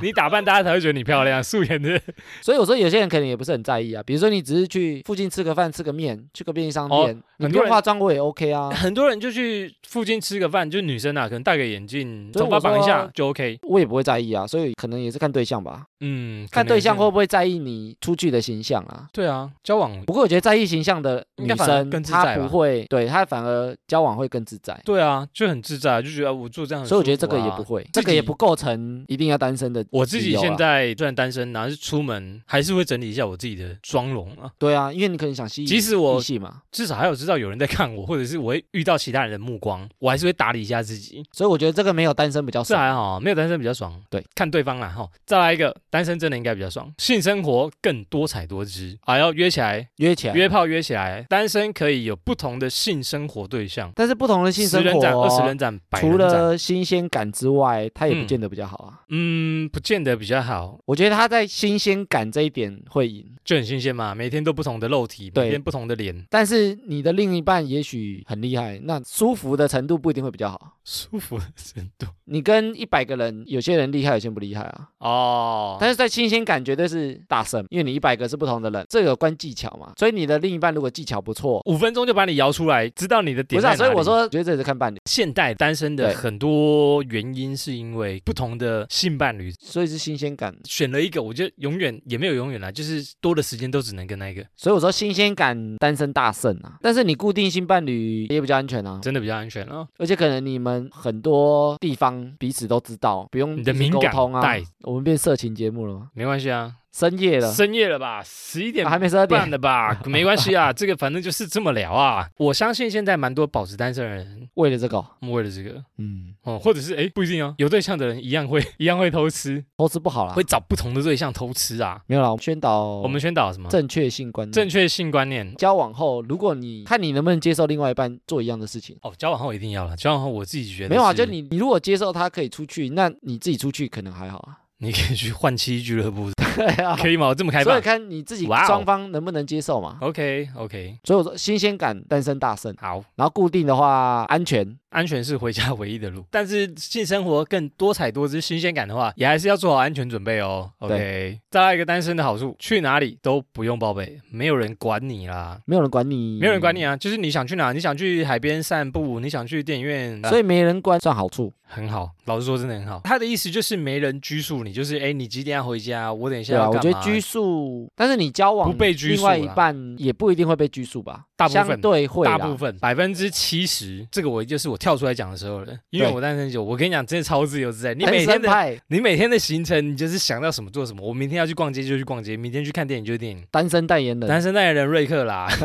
[SPEAKER 1] 你打扮大家才会觉得你漂亮，素颜的。
[SPEAKER 2] 所以我说有些人可能也不是很在意啊，比如说你只是去附近吃个饭、吃个面、去个便利商
[SPEAKER 1] 哦
[SPEAKER 2] 店，你
[SPEAKER 1] 很多
[SPEAKER 2] 不用
[SPEAKER 1] 人
[SPEAKER 2] 化妆我也 OK 啊。
[SPEAKER 1] 很多人就去附近吃个饭，就女生啊，可能戴个眼镜，
[SPEAKER 2] 所以
[SPEAKER 1] 头发
[SPEAKER 2] 我说啊
[SPEAKER 1] 绑一下就 OK。
[SPEAKER 2] 我也不会在意啊，所以可能也是看对象吧，
[SPEAKER 1] 嗯，可
[SPEAKER 2] 看
[SPEAKER 1] 能
[SPEAKER 2] 对象
[SPEAKER 1] 是
[SPEAKER 2] 会不会在意你出去的形象啊。
[SPEAKER 1] 对啊，交往
[SPEAKER 2] 不过我觉得在意形象的
[SPEAKER 1] 应
[SPEAKER 2] 女
[SPEAKER 1] 该反而
[SPEAKER 2] 生
[SPEAKER 1] 更，自在
[SPEAKER 2] 她
[SPEAKER 1] 吧
[SPEAKER 2] 不会，对她反而交往会更自在，
[SPEAKER 1] 对啊就很自在，就觉得啊我做这样很
[SPEAKER 2] 所以我觉得
[SPEAKER 1] 舒
[SPEAKER 2] 这
[SPEAKER 1] 服
[SPEAKER 2] 个
[SPEAKER 1] 啊
[SPEAKER 2] 也不会，
[SPEAKER 1] 自
[SPEAKER 2] 这个也
[SPEAKER 1] 己
[SPEAKER 2] 不构成一定要单身的。
[SPEAKER 1] 我自
[SPEAKER 2] 理
[SPEAKER 1] 己
[SPEAKER 2] 由啊
[SPEAKER 1] 现在虽然单身，然后是出门还是会整理一下我自己的妆容啊，
[SPEAKER 2] 对啊，因为你可能想吸引
[SPEAKER 1] 即使我
[SPEAKER 2] 异性嘛，
[SPEAKER 1] 至少还有知道有人在看我，或者是我会遇到其他人的目光，我还是会打理一下自己。
[SPEAKER 2] 所以我觉得这个没有单身比较
[SPEAKER 1] 这
[SPEAKER 2] 爽。
[SPEAKER 1] 还好，没有单身比较爽。
[SPEAKER 2] 对，
[SPEAKER 1] 看对方啦哈。再来一个，单身真的应该比较爽。性生活更多彩多姿啊，要约起来，
[SPEAKER 2] 约起来，
[SPEAKER 1] 约炮约起来，单身可以有不同的性生活对象，
[SPEAKER 2] 但是不同的性生
[SPEAKER 1] 十人
[SPEAKER 2] 活、哦
[SPEAKER 1] 展、二十人展、百
[SPEAKER 2] 除
[SPEAKER 1] 人展，
[SPEAKER 2] 了新鲜感之外，它也
[SPEAKER 1] 嗯
[SPEAKER 2] 不见得比较好啊。
[SPEAKER 1] 嗯，不见得比较好，
[SPEAKER 2] 我觉得它在新鲜感这一点会赢，
[SPEAKER 1] 就很新鲜嘛，每天都不同的肉体，
[SPEAKER 2] 对
[SPEAKER 1] 每天不同的脸，
[SPEAKER 2] 但是你的另一半也许很厉害，那舒服的程度不一定会比较好。
[SPEAKER 1] 舒服的程 度
[SPEAKER 2] 你跟一百个人，有些人厉害，有些人不厉害啊。
[SPEAKER 1] 哦。
[SPEAKER 2] 但是在新鲜感绝对是大胜，因为你一百个是不同的人，这个有关技巧嘛。所以你的另一半如果技巧不错，
[SPEAKER 1] 五分钟就把你摇出来，知道你的
[SPEAKER 2] 不
[SPEAKER 1] 点
[SPEAKER 2] 是、
[SPEAKER 1] 在哪
[SPEAKER 2] 啊，
[SPEAKER 1] 里。
[SPEAKER 2] 所以我，说觉得这是看伴侣，
[SPEAKER 1] 现代单身的
[SPEAKER 2] 对
[SPEAKER 1] 很多原因是因为不同的性伴侣
[SPEAKER 2] 所以是新鲜感。
[SPEAKER 1] 选了一个，我觉得永远也没有永远啦，就是多的时间都只能跟那一个，
[SPEAKER 2] 所以我说新鲜感单身大胜啊，但是你固定性伴侣也比较安全啊，
[SPEAKER 1] 真的比较安全啊。
[SPEAKER 2] 而且可能你们很多地方彼此都知道，不用
[SPEAKER 1] 你的
[SPEAKER 2] 彼此
[SPEAKER 1] 敏
[SPEAKER 2] 沟
[SPEAKER 1] 感
[SPEAKER 2] 通啊
[SPEAKER 1] 带。
[SPEAKER 2] 我们变色情节目了吗？
[SPEAKER 1] 没关系啊，
[SPEAKER 2] 深夜了，
[SPEAKER 1] 深夜了吧，十一点
[SPEAKER 2] 啊还没十二
[SPEAKER 1] 半
[SPEAKER 2] 点，
[SPEAKER 1] 了 吧，没关系啊，这个反正就是这么聊啊。我相信现在蛮多保持单身的人
[SPEAKER 2] 为了这个，
[SPEAKER 1] 为了这个。
[SPEAKER 2] 嗯，
[SPEAKER 1] 哦，或者是哎，不一定哦，有对象的人一样会 一样会偷吃，
[SPEAKER 2] 偷吃不好啦
[SPEAKER 1] 会。找不同的对象偷吃啊。
[SPEAKER 2] 没有啦，我们宣导我
[SPEAKER 1] 我们宣导什么？
[SPEAKER 2] 正确性观念。
[SPEAKER 1] 正确性观念。
[SPEAKER 2] 交往后，如果你看你能不能接受另外一半做一样的事情，
[SPEAKER 1] 哦，交往后一定要了。交往后我自己觉得
[SPEAKER 2] 没有啊，
[SPEAKER 1] 是
[SPEAKER 2] 就你你如果接受他可以出去，那你自己出去可能还好啊。
[SPEAKER 1] 你可以去换妻俱乐 部，
[SPEAKER 2] 对啊，
[SPEAKER 1] 可以吗？我这么开
[SPEAKER 2] 所以
[SPEAKER 1] 放
[SPEAKER 2] 看你自己
[SPEAKER 1] 哇哦
[SPEAKER 2] 双方能不能接受嘛。
[SPEAKER 1] ？OK OK，
[SPEAKER 2] 所以我说新鲜感单身大胜，
[SPEAKER 1] 好，
[SPEAKER 2] 然后固定的话安全，
[SPEAKER 1] 安全是回家唯一的路， 但是性生活更多彩多姿、新鲜感的话，也还是要做好安全准备哦。OK，再来一个单身的好处，去哪里都不用报备，没有人管你啦。
[SPEAKER 2] 没有人管你，
[SPEAKER 1] 没有人管你啊，就是你想去哪，你想去海边散步，你想去电影院，啊
[SPEAKER 2] 所以没人管算好处。
[SPEAKER 1] 很好，老实说真的很好。他的意思就是没人拘束你，就是哎，你几点要回家？我等一下
[SPEAKER 2] 对啊，
[SPEAKER 1] 要
[SPEAKER 2] 我
[SPEAKER 1] 干嘛？
[SPEAKER 2] 觉得拘束，但是你交往
[SPEAKER 1] 不被拘束
[SPEAKER 2] 另
[SPEAKER 1] 啦
[SPEAKER 2] 外一半也不一定会被拘束吧？
[SPEAKER 1] 大部分
[SPEAKER 2] 相对会啦
[SPEAKER 1] 大部分百分之七十，这个我就是我跳出来讲的时候了，因为
[SPEAKER 2] 对
[SPEAKER 1] 我单身久，我跟你讲，真的超自由自在。你
[SPEAKER 2] 单
[SPEAKER 1] 每天
[SPEAKER 2] 身
[SPEAKER 1] 的
[SPEAKER 2] 派
[SPEAKER 1] 你每天的行程，你就是想到什么做什么。我明天要去逛街就去逛街，明天去看电影就去电影。
[SPEAKER 2] 单身代言人，
[SPEAKER 1] 单身代言人瑞克啦，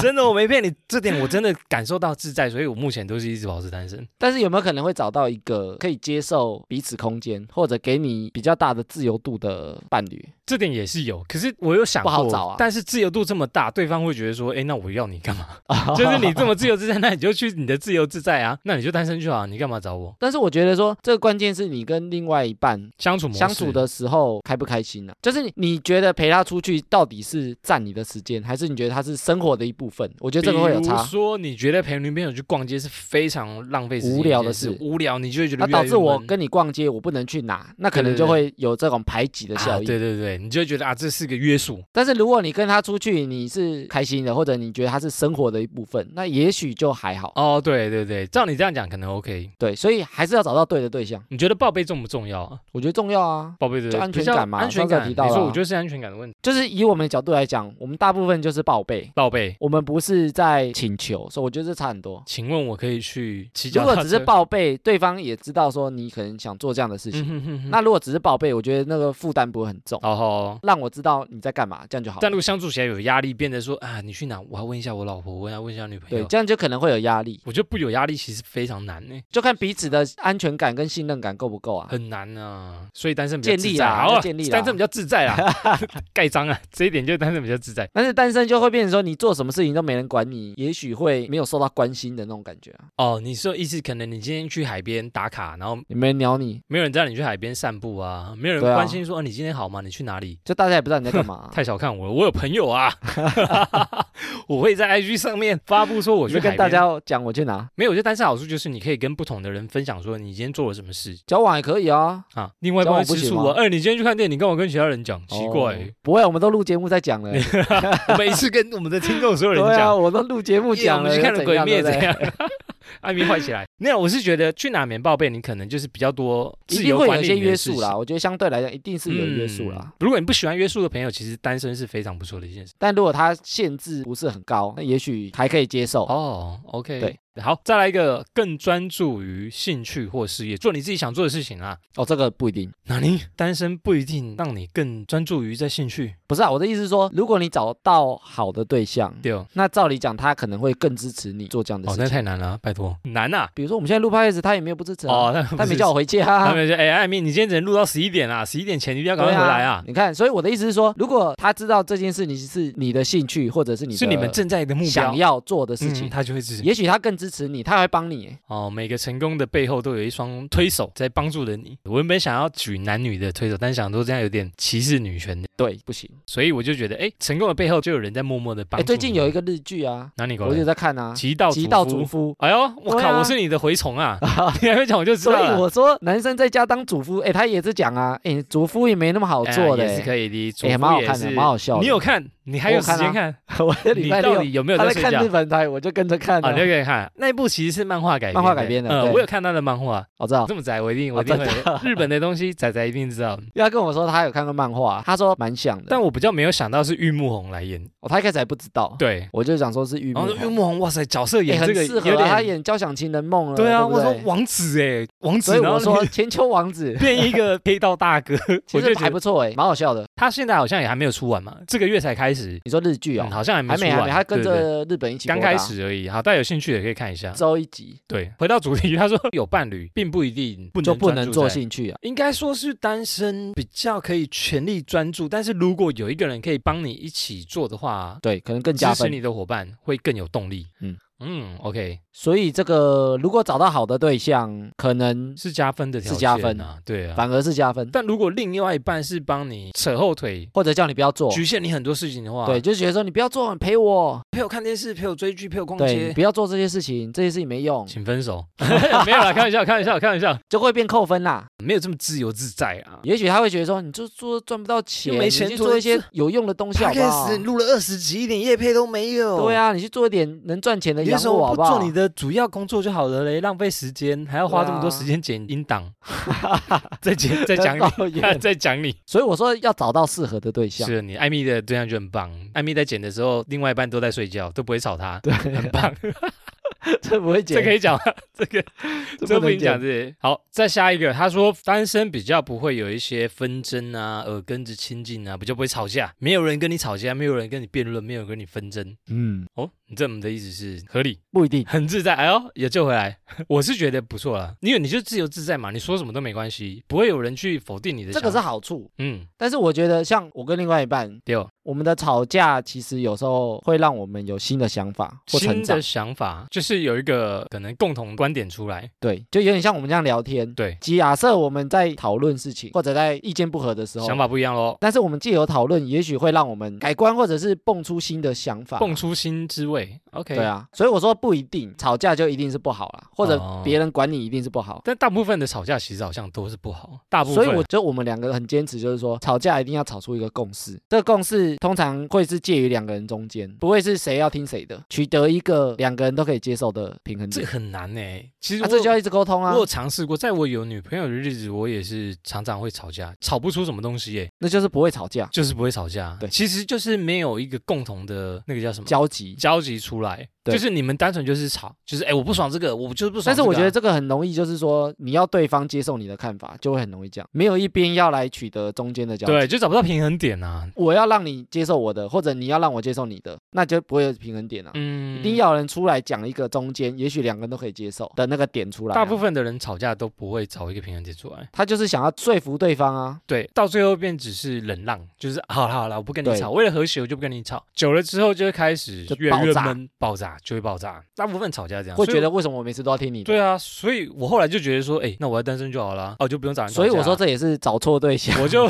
[SPEAKER 1] 真的我没骗你，这点我真的感受到自在，所以我目前都是一直保持单身。
[SPEAKER 2] 但是有没有可能会找到一个可以接受彼此空间，或者给你比较大的自由度的伴侣？
[SPEAKER 1] 这点也是有，可是我有想过
[SPEAKER 2] 不好找啊
[SPEAKER 1] 但是自由度这么大，对方会觉得说，哎，那我要你干 嘛？就是你这么自由自在，那你就去你的自由自在啊，那你就单身就好，你干嘛找我？
[SPEAKER 2] 但是我觉得说，这个关键是你跟另外一半
[SPEAKER 1] 相处模式
[SPEAKER 2] 相处的时候开不开心啊？就是你你觉得陪他出去到底是占你的时间，还是你觉得他是生活的一部分？我觉得这个会有
[SPEAKER 1] 比如
[SPEAKER 2] 差。
[SPEAKER 1] 说，你觉得陪女朋友去逛街是非常浪费时间
[SPEAKER 2] 无聊的
[SPEAKER 1] 一件
[SPEAKER 2] 事
[SPEAKER 1] 无聊你就会觉
[SPEAKER 2] 那
[SPEAKER 1] 得越来
[SPEAKER 2] 导
[SPEAKER 1] 越
[SPEAKER 2] 致我
[SPEAKER 1] 闷
[SPEAKER 2] 跟你逛街，我不能去哪，那可能
[SPEAKER 1] 对对
[SPEAKER 2] 就会有这种排挤的
[SPEAKER 1] 啊
[SPEAKER 2] 效应。
[SPEAKER 1] 对对对，你就会觉得啊，这是个约束。
[SPEAKER 2] 但是如果你跟他出去，你是开心的，或者你觉得他是生活的一部分，那也许就还好。
[SPEAKER 1] 哦，对对对，照你这样讲可能 OK。
[SPEAKER 2] 对，所以还是要找到对的对象，
[SPEAKER 1] 你觉得报备重不重要啊？
[SPEAKER 2] 我觉得重要啊。
[SPEAKER 1] 报备的
[SPEAKER 2] 就安全
[SPEAKER 1] 比较
[SPEAKER 2] 感嘛
[SPEAKER 1] 安全
[SPEAKER 2] 上次有
[SPEAKER 1] 感。
[SPEAKER 2] 提到啊
[SPEAKER 1] 你说
[SPEAKER 2] 了
[SPEAKER 1] 我觉得是安全感的问题。
[SPEAKER 2] 就是以我们的角度来讲，我们大部分就是报备，
[SPEAKER 1] 报备，
[SPEAKER 2] 我们不是在请求，所以我觉得这差很多。
[SPEAKER 1] 请问我可以去骑
[SPEAKER 2] 如
[SPEAKER 1] 脚
[SPEAKER 2] 果
[SPEAKER 1] 踏车？
[SPEAKER 2] 只是报备，对方也知道说你可能想做这样的事情，
[SPEAKER 1] 嗯哼哼哼，
[SPEAKER 2] 那如果只是报备，我觉得那个负担不会很重，
[SPEAKER 1] 好好好。
[SPEAKER 2] 让我知道你在干嘛，哦这样就好了。
[SPEAKER 1] 但如果相处起来有压力，变得说啊，你去哪？我要问一下我老婆，我要问一下女朋
[SPEAKER 2] 对，
[SPEAKER 1] 友。
[SPEAKER 2] 这样就可能会有压力，
[SPEAKER 1] 我觉得不有压力其实非常难呢，
[SPEAKER 2] 就看彼此的安全感跟信任感够不够啊。
[SPEAKER 1] 很难啊。所以单身比较
[SPEAKER 2] 建立
[SPEAKER 1] 自在，
[SPEAKER 2] 啦
[SPEAKER 1] 好
[SPEAKER 2] 要
[SPEAKER 1] 啊，
[SPEAKER 2] 建立啦
[SPEAKER 1] 单身比较自在啦， 盖章啊，这一点就是单身比较自在。
[SPEAKER 2] 但是单身就会变成说，你做什么事情都没人管你，也许会没有受到关心的那种感觉啊，
[SPEAKER 1] 哦，你说意思可能你今天去海边打卡，然后
[SPEAKER 2] 也没人鸟你，
[SPEAKER 1] 没有人知道你去海边散步啊，没有人
[SPEAKER 2] 对啊
[SPEAKER 1] 关心说、啊、你今天好吗？你去哪里？
[SPEAKER 2] 就大家也不知道你在干嘛啊、
[SPEAKER 1] 太小看我了，我有朋友 啊， 我会在 IG 上面发布说我
[SPEAKER 2] 我
[SPEAKER 1] 去
[SPEAKER 2] 就
[SPEAKER 1] 海
[SPEAKER 2] 跟
[SPEAKER 1] 边。
[SPEAKER 2] 大家讲我去哪，
[SPEAKER 1] 没有，我觉得单身好处就是你可以跟不同的人分享说你今天做了什么事
[SPEAKER 2] 交往也可以啊。
[SPEAKER 1] 啊。另外一半会
[SPEAKER 2] 交往不
[SPEAKER 1] 吃
[SPEAKER 2] 行
[SPEAKER 1] 醋
[SPEAKER 2] 吗
[SPEAKER 1] 啊，哎、你今天去看电影，你干嘛跟其他人讲？奇怪、
[SPEAKER 2] 哦不会，我们都录节目在讲 了。
[SPEAKER 1] 我每一次跟我们的听众所有人
[SPEAKER 2] 对啊，
[SPEAKER 1] 讲，
[SPEAKER 2] 我都录节目
[SPEAKER 1] 耶
[SPEAKER 2] 讲
[SPEAKER 1] 我
[SPEAKER 2] 了，
[SPEAKER 1] 们去看了《
[SPEAKER 2] 又
[SPEAKER 1] 鬼
[SPEAKER 2] 样
[SPEAKER 1] 灭》
[SPEAKER 2] 对
[SPEAKER 1] 怎
[SPEAKER 2] 不对
[SPEAKER 1] 样？ 艾米坏起来。没有，我是觉得去哪免报备，你可能就是比较多
[SPEAKER 2] 一
[SPEAKER 1] 自
[SPEAKER 2] 定
[SPEAKER 1] 由
[SPEAKER 2] 会有
[SPEAKER 1] 管
[SPEAKER 2] 一
[SPEAKER 1] 理
[SPEAKER 2] 些
[SPEAKER 1] 你的
[SPEAKER 2] 约
[SPEAKER 1] 事
[SPEAKER 2] 束啦。
[SPEAKER 1] 情，
[SPEAKER 2] 我觉得相对来讲，一定是有约束啦。
[SPEAKER 1] 嗯如果你不喜欢约束的朋友，其实单身是非常不错的一件事。
[SPEAKER 2] 但如果他限制不是很高，那也许还可以接受。
[SPEAKER 1] 哦，OK，
[SPEAKER 2] 对
[SPEAKER 1] 好，再来一个更专注于兴趣或事业，做你自己想做的事情啊。
[SPEAKER 2] 哦，这个不一定。
[SPEAKER 1] 哪里单身不一定让你更专注于在兴趣，
[SPEAKER 2] 不是啊，我的意思是说，如果你找到好的对象，
[SPEAKER 1] 对哦，
[SPEAKER 2] 那照理讲，他可能会更支持你做这样的
[SPEAKER 1] 哦
[SPEAKER 2] 事
[SPEAKER 1] 那
[SPEAKER 2] 情。
[SPEAKER 1] 太难了啊，拜托，难啊。
[SPEAKER 2] 比如说我们现在录 p o d 他也没有不支持啊，
[SPEAKER 1] 哦，那不
[SPEAKER 2] 他没
[SPEAKER 1] 是
[SPEAKER 2] 叫我回家啊
[SPEAKER 1] 他。们就哎，艾米，你今天只能录到十一点啦，十一点前你一定要赶快
[SPEAKER 2] 对
[SPEAKER 1] 回来啊！
[SPEAKER 2] 你看，所以我的意思是说，如果他知道这件事情是你的兴趣，或者是你
[SPEAKER 1] 是你们正在的目标嗯
[SPEAKER 2] 啊想要做的
[SPEAKER 1] 事
[SPEAKER 2] 事
[SPEAKER 1] 情，
[SPEAKER 2] 情，
[SPEAKER 1] 他就会支持。
[SPEAKER 2] 也许他更支持你，他还会帮你耶。
[SPEAKER 1] 哦，每个成功的背后都有一双推手在帮助着你。我原本想要举男女的推手，但想说这样有点歧视女权的，
[SPEAKER 2] 对，不行。
[SPEAKER 1] 所以我就觉得，哎，成功的背后就有人在默默的帮
[SPEAKER 2] 哎，
[SPEAKER 1] 助。
[SPEAKER 2] 最近有一，个日剧啊，
[SPEAKER 1] 哪里过
[SPEAKER 2] 我
[SPEAKER 1] 来
[SPEAKER 2] 就？在看啊，《
[SPEAKER 1] 极道
[SPEAKER 2] 极道主
[SPEAKER 1] 夫。
[SPEAKER 2] 夫》。
[SPEAKER 1] 哎呦，我
[SPEAKER 2] 对
[SPEAKER 1] 靠，
[SPEAKER 2] 啊
[SPEAKER 1] 我是你的蛔虫 啊！你还没讲我就知
[SPEAKER 2] 所
[SPEAKER 1] 道
[SPEAKER 2] 以
[SPEAKER 1] 了。
[SPEAKER 2] 我说，男生在家当主夫，哎，他也是讲啊，哎，主夫也没那么好
[SPEAKER 1] 哎呀
[SPEAKER 2] 做的
[SPEAKER 1] 也是
[SPEAKER 2] 耶，
[SPEAKER 1] 可以的，主
[SPEAKER 2] 哎，
[SPEAKER 1] 妇
[SPEAKER 2] 蛮好
[SPEAKER 1] 也
[SPEAKER 2] 看的，
[SPEAKER 1] 是
[SPEAKER 2] 蛮好笑的。
[SPEAKER 1] 你有看？你还
[SPEAKER 2] 我
[SPEAKER 1] 有
[SPEAKER 2] 看
[SPEAKER 1] 时间
[SPEAKER 2] 啊
[SPEAKER 1] 看？
[SPEAKER 2] 我的
[SPEAKER 1] 你
[SPEAKER 2] 礼拜
[SPEAKER 1] 到
[SPEAKER 2] 六
[SPEAKER 1] 底有没有
[SPEAKER 2] 他在
[SPEAKER 1] 睡
[SPEAKER 2] 看
[SPEAKER 1] 觉
[SPEAKER 2] 日？本台，我就跟着看
[SPEAKER 1] 啊，
[SPEAKER 2] 啊
[SPEAKER 1] 你就可以看那一部，其实是漫画改编的
[SPEAKER 2] 漫画改编的
[SPEAKER 1] 嗯，
[SPEAKER 2] 对
[SPEAKER 1] 我有看他的漫画，
[SPEAKER 2] 我知道。
[SPEAKER 1] 这么宅，我一定我
[SPEAKER 2] 啊
[SPEAKER 1] 一定会
[SPEAKER 2] 真。
[SPEAKER 1] 日本的东西，仔仔一定知道。
[SPEAKER 2] 因为他跟我说他有看过漫画，他说蛮像的，
[SPEAKER 1] 但我比较没有想到是玉木宏来演，
[SPEAKER 2] 哦，他一开始还不知道，
[SPEAKER 1] 对。
[SPEAKER 2] 我就想说是玉木
[SPEAKER 1] 然后
[SPEAKER 2] 宏，
[SPEAKER 1] 说玉木宏，哇塞，角色
[SPEAKER 2] 哎
[SPEAKER 1] 演这
[SPEAKER 2] 很
[SPEAKER 1] 个
[SPEAKER 2] 适
[SPEAKER 1] 有
[SPEAKER 2] 合啊，他
[SPEAKER 1] 点，
[SPEAKER 2] 演《交响情人梦》了，
[SPEAKER 1] 对啊，
[SPEAKER 2] 不
[SPEAKER 1] 我说
[SPEAKER 2] 对
[SPEAKER 1] 王子哎，王
[SPEAKER 2] 所
[SPEAKER 1] 子，
[SPEAKER 2] 以
[SPEAKER 1] 然后
[SPEAKER 2] 我
[SPEAKER 1] 你，
[SPEAKER 2] 说千秋王子
[SPEAKER 1] 变一个黑道大哥，
[SPEAKER 2] 其
[SPEAKER 1] 我就
[SPEAKER 2] 实
[SPEAKER 1] 觉
[SPEAKER 2] 还
[SPEAKER 1] 得
[SPEAKER 2] 不错哎，蛮好笑的。
[SPEAKER 1] 他现在好像也还没有出完嘛，这个月才开始，
[SPEAKER 2] 你说日剧哦
[SPEAKER 1] 嗯，好像还没
[SPEAKER 2] 还
[SPEAKER 1] 出
[SPEAKER 2] 没还
[SPEAKER 1] 完，
[SPEAKER 2] 没，他跟
[SPEAKER 1] 对对对
[SPEAKER 2] 着日本一起
[SPEAKER 1] 刚
[SPEAKER 2] 播的啊
[SPEAKER 1] 开，始而已。好，大家有兴趣也可以看一下。
[SPEAKER 2] 周一集
[SPEAKER 1] 对，回到主题，他说有伴侣并不一定不能
[SPEAKER 2] 就
[SPEAKER 1] 嗯
[SPEAKER 2] 不
[SPEAKER 1] 专
[SPEAKER 2] 能
[SPEAKER 1] 注在
[SPEAKER 2] 做兴趣啊，
[SPEAKER 1] 应该说是单身比较可以全力专注，但是如果有一个人可以帮你一起做的话，
[SPEAKER 2] 对，可能更
[SPEAKER 1] 支
[SPEAKER 2] 加
[SPEAKER 1] 持
[SPEAKER 2] 分。
[SPEAKER 1] 你的伙伴会更有动力。嗯
[SPEAKER 2] 嗯
[SPEAKER 1] 嗯，OK，
[SPEAKER 2] 所以这个如果找到好的对象，可能
[SPEAKER 1] 是加分的条件、啊，
[SPEAKER 2] 是加分
[SPEAKER 1] 对啊。
[SPEAKER 2] 反而是加分，
[SPEAKER 1] 但如果另外一半是帮你扯后腿、
[SPEAKER 2] 或者叫你不要做。
[SPEAKER 1] 局限你很多事情的话，
[SPEAKER 2] 哦对，，就是觉得说你不要做，你陪我，
[SPEAKER 1] 陪我看电视，陪我追剧，陪我逛
[SPEAKER 2] 对，你
[SPEAKER 1] 街，
[SPEAKER 2] 不要做这些事情，这些事情没用，
[SPEAKER 1] 请分手。 没有啦，开玩笑，开玩笑，开玩笑，
[SPEAKER 2] 就会变扣分啦。
[SPEAKER 1] 没有这么自由自在啊。
[SPEAKER 2] 也许他会觉得说，你就做赚不到钱，
[SPEAKER 1] 又没钱
[SPEAKER 2] 你去
[SPEAKER 1] 做
[SPEAKER 2] 做一些有用的东西好不好？
[SPEAKER 1] 录了二十集，一点夜配都没有
[SPEAKER 2] 对啊，你去做一点能赚钱的
[SPEAKER 1] 哦你为
[SPEAKER 2] 养
[SPEAKER 1] 什
[SPEAKER 2] 我
[SPEAKER 1] 么
[SPEAKER 2] 好
[SPEAKER 1] 不
[SPEAKER 2] 好？
[SPEAKER 1] 做 你的主要工作就好了嘞？浪费时间，还要花这么多时间剪音档， 再 剪再讲你，
[SPEAKER 2] 抱怨
[SPEAKER 1] 再讲你。
[SPEAKER 2] 所以我说要找到适合的对象。
[SPEAKER 1] 是你艾米的对象就很棒，艾米在剪的时候，另外一半都在睡觉，都不会吵她，
[SPEAKER 2] 对，
[SPEAKER 1] 很棒。
[SPEAKER 2] 这不会
[SPEAKER 1] 这
[SPEAKER 2] 解，
[SPEAKER 1] 可以讲吗？这个这
[SPEAKER 2] 这
[SPEAKER 1] 不
[SPEAKER 2] 不
[SPEAKER 1] 能
[SPEAKER 2] 能嗯
[SPEAKER 1] 讲
[SPEAKER 2] 讲。
[SPEAKER 1] 这。好，再下一个，他说单身比较不会有一些纷争啊，耳根子亲近啊，比较不会吵架，没有人跟你吵架，没有人跟你辩论，没有人跟你纷争。
[SPEAKER 2] 嗯，
[SPEAKER 1] 哦，你这么的意思是合理？
[SPEAKER 2] 不一定。
[SPEAKER 1] 很自在，哎呦，也救回来， 我是觉得不错啦，因为你就自由自在嘛，你说什么都没关系，不会有人去否定你的
[SPEAKER 2] 这
[SPEAKER 1] 想法。
[SPEAKER 2] 个是好处，
[SPEAKER 1] 嗯，
[SPEAKER 2] 但是我觉得像我跟另外一半，
[SPEAKER 1] 对哦，
[SPEAKER 2] 我们的吵架其实有时候会让我们有新的想法或成
[SPEAKER 1] 新
[SPEAKER 2] 长
[SPEAKER 1] 的。想法就是有一个可能共同观点出来，
[SPEAKER 2] 对，就有点像我们这样聊天。
[SPEAKER 1] 对，
[SPEAKER 2] 假设我们在讨论事情或者在意见不合的时候
[SPEAKER 1] 想，法不一样喽，
[SPEAKER 2] 但是我们借由讨论，也许会让我们改观，或者是蹦出新的想法。
[SPEAKER 1] 蹦出新滋味。OK，
[SPEAKER 2] 啊对，啊，所以我说不一定吵架就一定是不好啦，或者
[SPEAKER 1] 哦
[SPEAKER 2] 别人管你一定是不好。
[SPEAKER 1] 但大部分的吵架其实好像都是不好，大部分。
[SPEAKER 2] 所以我觉得我们两个很坚持，就是说吵架一定要吵出一个共识。这个共识通常会是介于两个人中间，不会是谁要听谁的，取得一个两个人都可以接受的平衡
[SPEAKER 1] 这
[SPEAKER 2] 点
[SPEAKER 1] 个。很难呢、欸其实
[SPEAKER 2] 那、
[SPEAKER 1] 我
[SPEAKER 2] 这就
[SPEAKER 1] 有、
[SPEAKER 2] 要一直沟通啊
[SPEAKER 1] 我，有尝试过，在我有女朋友的日子，我也是常常会吵架，吵不出什么东西耶、欸
[SPEAKER 2] 那就是不会吵架，
[SPEAKER 1] 就是不会吵架。
[SPEAKER 2] 对
[SPEAKER 1] 其实就是没有一个共同的那个叫什么
[SPEAKER 2] 交集。
[SPEAKER 1] 交集出来，
[SPEAKER 2] 对
[SPEAKER 1] 就是你们单纯就是吵，就是哎、我不爽这个，我就是不爽
[SPEAKER 2] 但
[SPEAKER 1] 这
[SPEAKER 2] 是
[SPEAKER 1] 个啊、
[SPEAKER 2] 我觉得这个很容易，就是说你要对方接受你的看法，就会很容易这样，没有一边要来取得中间的交集。
[SPEAKER 1] 对，就找不到平衡点啊。
[SPEAKER 2] 我要让你接受我的，或者你要让我接受你的，那就不会有平衡点啊。
[SPEAKER 1] 嗯
[SPEAKER 2] 一定。要有人出来讲一个中间，也许两个人都可以接受的那个点出来啊、
[SPEAKER 1] 大部分的人吵架都不会找一个平衡点出来，
[SPEAKER 2] 他就是想要说服对方啊，
[SPEAKER 1] 对，到最后变只是忍让，就是好了好了，我不跟你
[SPEAKER 2] 对
[SPEAKER 1] 吵，为了和谐我就不跟你吵。久了之后就会开始
[SPEAKER 2] 就
[SPEAKER 1] 越来越
[SPEAKER 2] 爆炸
[SPEAKER 1] 闷，爆炸就会爆炸。大部分吵架这样，
[SPEAKER 2] 会
[SPEAKER 1] 所以
[SPEAKER 2] 觉得为什么我每次都要听你的？
[SPEAKER 1] 啊对啊，所以我后来就觉得说，哎、那我要单身就好了，哦，就不用找人吵
[SPEAKER 2] 所
[SPEAKER 1] 架。
[SPEAKER 2] 以我说这也是找错对 象。
[SPEAKER 1] 我就，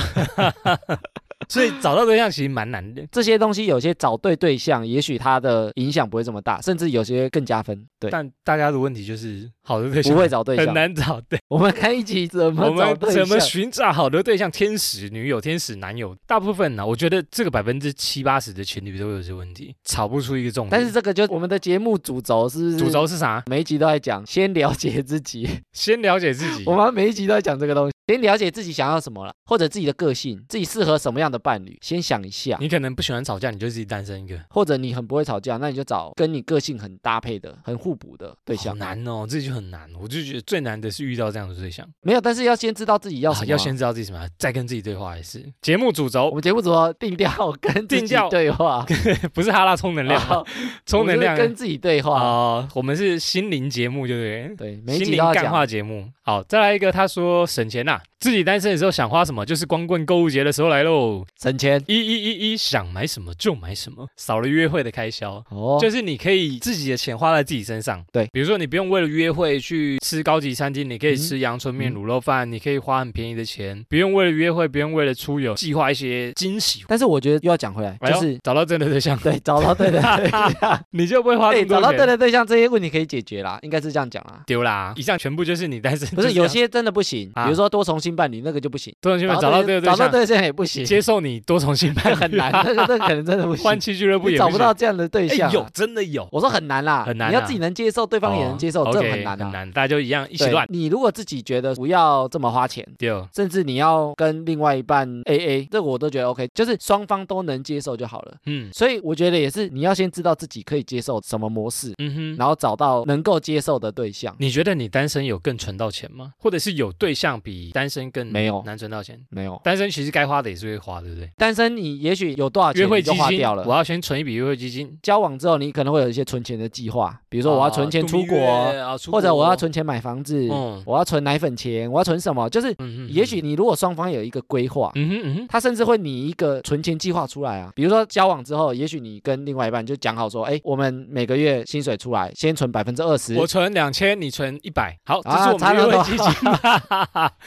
[SPEAKER 1] 所以找到对象其实蛮难的，
[SPEAKER 2] 这些东西有些找对对象，也许他的影响不会这么大，甚至有些更加分。对，
[SPEAKER 1] 但大家的问题就是好的对象
[SPEAKER 2] 不会找对
[SPEAKER 1] 很
[SPEAKER 2] 象。
[SPEAKER 1] 难找，对，
[SPEAKER 2] 我们看一集怎
[SPEAKER 1] 我
[SPEAKER 2] 么找
[SPEAKER 1] 们
[SPEAKER 2] 对
[SPEAKER 1] 怎么
[SPEAKER 2] 象。
[SPEAKER 1] 寻找好的对象？天使女友、天使男友，大部分呢、我觉得这个百分之七八十的情侣都有这问题，吵不出一个重点。
[SPEAKER 2] 但是这个就我们的节目主轴是不是？
[SPEAKER 1] 主轴是啥？
[SPEAKER 2] 每一集都在讲，先了解自己。
[SPEAKER 1] 先了解自己
[SPEAKER 2] 我。们每一集都在讲这个东西。先了解自己想要什么了，或者自己的个性，自己适合什么样的伴侣，先想一下。
[SPEAKER 1] 你可能不喜欢吵架，你就自己单身一个，
[SPEAKER 2] 或者你很不会吵架，那你就找跟你个性很搭配的、很互补的对
[SPEAKER 1] 好
[SPEAKER 2] 象。
[SPEAKER 1] 难哦，这就很难。我就觉得最难的是遇到这样的对象，
[SPEAKER 2] 没有，但是要先知道自己要
[SPEAKER 1] 啊
[SPEAKER 2] 什么啊。
[SPEAKER 1] 要先知道自己什么，再跟自己对话也是。节目主
[SPEAKER 2] 我
[SPEAKER 1] 轴
[SPEAKER 2] 们节目组要定调跟自
[SPEAKER 1] 定
[SPEAKER 2] 己
[SPEAKER 1] 调
[SPEAKER 2] 对话，
[SPEAKER 1] 不是哈拉充能量啊，
[SPEAKER 2] 好
[SPEAKER 1] 充能量
[SPEAKER 2] 哦我们就是跟自己对
[SPEAKER 1] 啊、
[SPEAKER 2] 话。
[SPEAKER 1] 我们是心灵节目，对不对？
[SPEAKER 2] 对，每一
[SPEAKER 1] 心
[SPEAKER 2] 集
[SPEAKER 1] 灵
[SPEAKER 2] 都要
[SPEAKER 1] 干话
[SPEAKER 2] 讲。
[SPEAKER 1] 节目，好，再来一个。他说省钱呐、自己单身的时候想花什么，就是光棍购物节的时候来喽。
[SPEAKER 2] 省钱
[SPEAKER 1] 一一一一，想买什么就买什么，少了约会的开销，
[SPEAKER 2] 哦，
[SPEAKER 1] 就是你可以自己的钱花在自己身上。
[SPEAKER 2] 对
[SPEAKER 1] 比如说你不用为了约会去吃高级餐厅，你可以吃阳春面、
[SPEAKER 2] 嗯
[SPEAKER 1] 卤肉饭，你可以花很便宜的钱，不用为了约会，不用为了出游，计划一些惊喜。
[SPEAKER 2] 但是我觉得又要讲回来，
[SPEAKER 1] 哎呦
[SPEAKER 2] 就是
[SPEAKER 1] 找到真的对 象，
[SPEAKER 2] 对找到 对的对象，
[SPEAKER 1] 你就不会花这
[SPEAKER 2] 对
[SPEAKER 1] 么多
[SPEAKER 2] 哎找
[SPEAKER 1] 钱。
[SPEAKER 2] 到对的对象，这些问题可以解决啦，应该是这样讲啦。
[SPEAKER 1] 丢啦！以上全部就是你单身，
[SPEAKER 2] 不
[SPEAKER 1] 就是这样
[SPEAKER 2] 有些真的不行，
[SPEAKER 1] 啊
[SPEAKER 2] 比如说多重性伴侣那个就不行，
[SPEAKER 1] 多重性伴侣找到对的对
[SPEAKER 2] 找到
[SPEAKER 1] 象，
[SPEAKER 2] 对象也不行，
[SPEAKER 1] 接受你多重性伴侣
[SPEAKER 2] 很 难，那个那个可能真的不
[SPEAKER 1] 换
[SPEAKER 2] 行，
[SPEAKER 1] 妻俱乐部
[SPEAKER 2] 你
[SPEAKER 1] 也
[SPEAKER 2] 找
[SPEAKER 1] 行
[SPEAKER 2] 不到。这样的对
[SPEAKER 1] 哎
[SPEAKER 2] 象啊。
[SPEAKER 1] 有真的有，
[SPEAKER 2] 我说很难啦，
[SPEAKER 1] 很难啊
[SPEAKER 2] 你要自己能接受，对方也能接受，
[SPEAKER 1] 哦
[SPEAKER 2] 这
[SPEAKER 1] OK，
[SPEAKER 2] 很难
[SPEAKER 1] 很
[SPEAKER 2] 啊。
[SPEAKER 1] 难，大家就一样一起
[SPEAKER 2] 对
[SPEAKER 1] 乱
[SPEAKER 2] 你如果自己觉得不要这么花钱，
[SPEAKER 1] 丢。
[SPEAKER 2] 甚至你要跟另外一半 A A，这个我都觉得 OK，就是双方都能接受就好了。
[SPEAKER 1] 嗯
[SPEAKER 2] 所以我觉得也是，你要先知道自己可以接受什么模式，
[SPEAKER 1] 嗯哼，
[SPEAKER 2] 然后找到能够接受的对象。
[SPEAKER 1] 你觉得你单身有更存到钱吗？或者是有对象比单身更
[SPEAKER 2] 没有
[SPEAKER 1] 难存到钱？
[SPEAKER 2] 没有
[SPEAKER 1] 单身其实该花的也是会花，对不对？
[SPEAKER 2] 单身，你也许有多少
[SPEAKER 1] 约
[SPEAKER 2] 钱
[SPEAKER 1] 会
[SPEAKER 2] 你
[SPEAKER 1] 基
[SPEAKER 2] 就花
[SPEAKER 1] 金，
[SPEAKER 2] 掉了
[SPEAKER 1] 我。要先存一笔约会基金。
[SPEAKER 2] 交往之后，你可能会有一些存钱的计划，比如说我要存钱
[SPEAKER 1] 啊
[SPEAKER 2] 出国，
[SPEAKER 1] 度蜜月啊出国
[SPEAKER 2] 或者我要存钱买房子，
[SPEAKER 1] 嗯
[SPEAKER 2] 我要存奶粉钱，我要存什么？就是
[SPEAKER 1] 嗯嗯，
[SPEAKER 2] 也许你如果双方有一个规划，
[SPEAKER 1] 嗯哼嗯哼，
[SPEAKER 2] 他甚至会拟一个存钱计划出来啊。比如说交往之后，也许你跟另外一半就讲好说，哎，我们每个月薪水出来，先存百分之二十。
[SPEAKER 1] 我存两千，你存一百，好，这是
[SPEAKER 2] 啊
[SPEAKER 1] 我
[SPEAKER 2] 差
[SPEAKER 1] 们
[SPEAKER 2] 不
[SPEAKER 1] 约
[SPEAKER 2] 多
[SPEAKER 1] 会基金。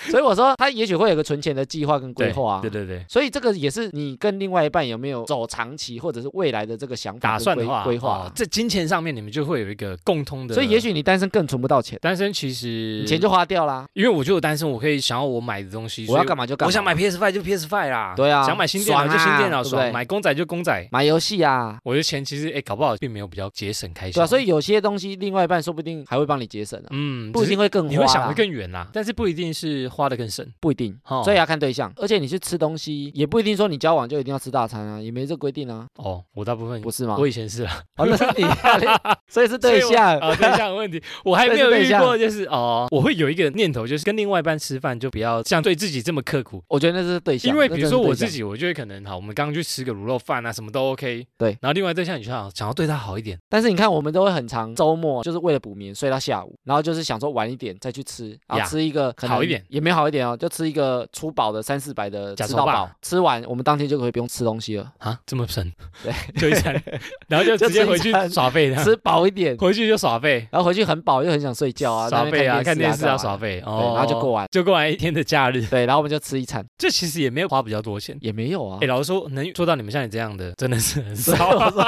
[SPEAKER 2] 所以我说他也许会有个存钱的计划跟 规划啊。
[SPEAKER 1] 对对对，
[SPEAKER 2] 所以这个也是你跟另外一半有没有走长期或者是未来的这个想法
[SPEAKER 1] 打
[SPEAKER 2] 跟
[SPEAKER 1] 算
[SPEAKER 2] 规
[SPEAKER 1] 的话，
[SPEAKER 2] 规划啊
[SPEAKER 1] 哦，在金钱上面你们就会有一个共通的。
[SPEAKER 2] 所以也许你单身更存不到钱，
[SPEAKER 1] 单身其实
[SPEAKER 2] 你钱就花掉啦。
[SPEAKER 1] 因为我就有单身，我可以想要我买的东西，
[SPEAKER 2] 我要干
[SPEAKER 1] 嘛？
[SPEAKER 2] 嘛就干嘛。
[SPEAKER 1] 我想买 PS Five 就 PS Five 啦，
[SPEAKER 2] 对啊
[SPEAKER 1] 想买新电脑就
[SPEAKER 2] 爽啊
[SPEAKER 1] 新电脑，
[SPEAKER 2] 对不
[SPEAKER 1] 爽；
[SPEAKER 2] 对
[SPEAKER 1] 买公仔就公仔。
[SPEAKER 2] 买游戏啊，
[SPEAKER 1] 我的钱其实哎，搞不好并没有比较节省开销。
[SPEAKER 2] 对啊，所以有些东西另外一半说不定还会帮你节省啊，
[SPEAKER 1] 嗯，
[SPEAKER 2] 不一
[SPEAKER 1] 只
[SPEAKER 2] 定会更
[SPEAKER 1] 是
[SPEAKER 2] 花
[SPEAKER 1] 你
[SPEAKER 2] 啦，
[SPEAKER 1] 会想得更远啦，但是不一定是花得更省。
[SPEAKER 2] 不一定。
[SPEAKER 1] 哦
[SPEAKER 2] 所以要看对象，而且你去吃东西也不一定说你交往就一定要吃大餐啊，也没这规定 啊，
[SPEAKER 1] 哦，我大部分
[SPEAKER 2] 不是吗？
[SPEAKER 1] 我以前是啊，
[SPEAKER 2] 哦，那是你 啊，所以是对
[SPEAKER 1] 所以我
[SPEAKER 2] 象，
[SPEAKER 1] 啊，对 象有问题，我还没有遇过，就是哦，我会有一个念头，就是跟另外一半吃饭就不要像对自己这么刻苦，
[SPEAKER 2] 我觉得那是对象，
[SPEAKER 1] 因为比如说我自
[SPEAKER 2] 己，
[SPEAKER 1] 己，我就会可能好，我们刚刚去吃个卤肉饭啊，什么都 OK。
[SPEAKER 2] 对
[SPEAKER 1] 然后另外对象你就啊想想要对他好一点，
[SPEAKER 2] 但是你看我们都会很长周末就是为了补眠睡到下午，然后就是想说晚一点再去吃，然
[SPEAKER 1] 呀
[SPEAKER 2] 后吃一个可能
[SPEAKER 1] 好一点
[SPEAKER 2] 也没好一点哦，就吃一个粗饱的三四百的
[SPEAKER 1] 假
[SPEAKER 2] 吃
[SPEAKER 1] 头
[SPEAKER 2] 到
[SPEAKER 1] 吧
[SPEAKER 2] 饱，吃完我们当天就可以不用吃东西了，
[SPEAKER 1] 啊，这么省，
[SPEAKER 2] 对，
[SPEAKER 1] 就一 餐，然后就直接回去
[SPEAKER 2] 就吃一餐
[SPEAKER 1] 耍废，这样
[SPEAKER 2] 吃饱一点，
[SPEAKER 1] 回去就耍废，
[SPEAKER 2] 然后回去很饱，又很想睡觉 啊，
[SPEAKER 1] 耍
[SPEAKER 2] 在那
[SPEAKER 1] 废
[SPEAKER 2] 边
[SPEAKER 1] 啊，看电视啊，
[SPEAKER 2] 干嘛
[SPEAKER 1] 耍废，
[SPEAKER 2] 对，
[SPEAKER 1] 哦，
[SPEAKER 2] 然后 就过，完，
[SPEAKER 1] 就过完一天的假日，
[SPEAKER 2] 对，然后我们就吃一餐，
[SPEAKER 1] 这其实也没有花比较多钱。
[SPEAKER 2] 也没有啊
[SPEAKER 1] 哎，。老实说，能做到你们像你这样的，真的是很
[SPEAKER 2] 所以
[SPEAKER 1] 少。
[SPEAKER 2] 我说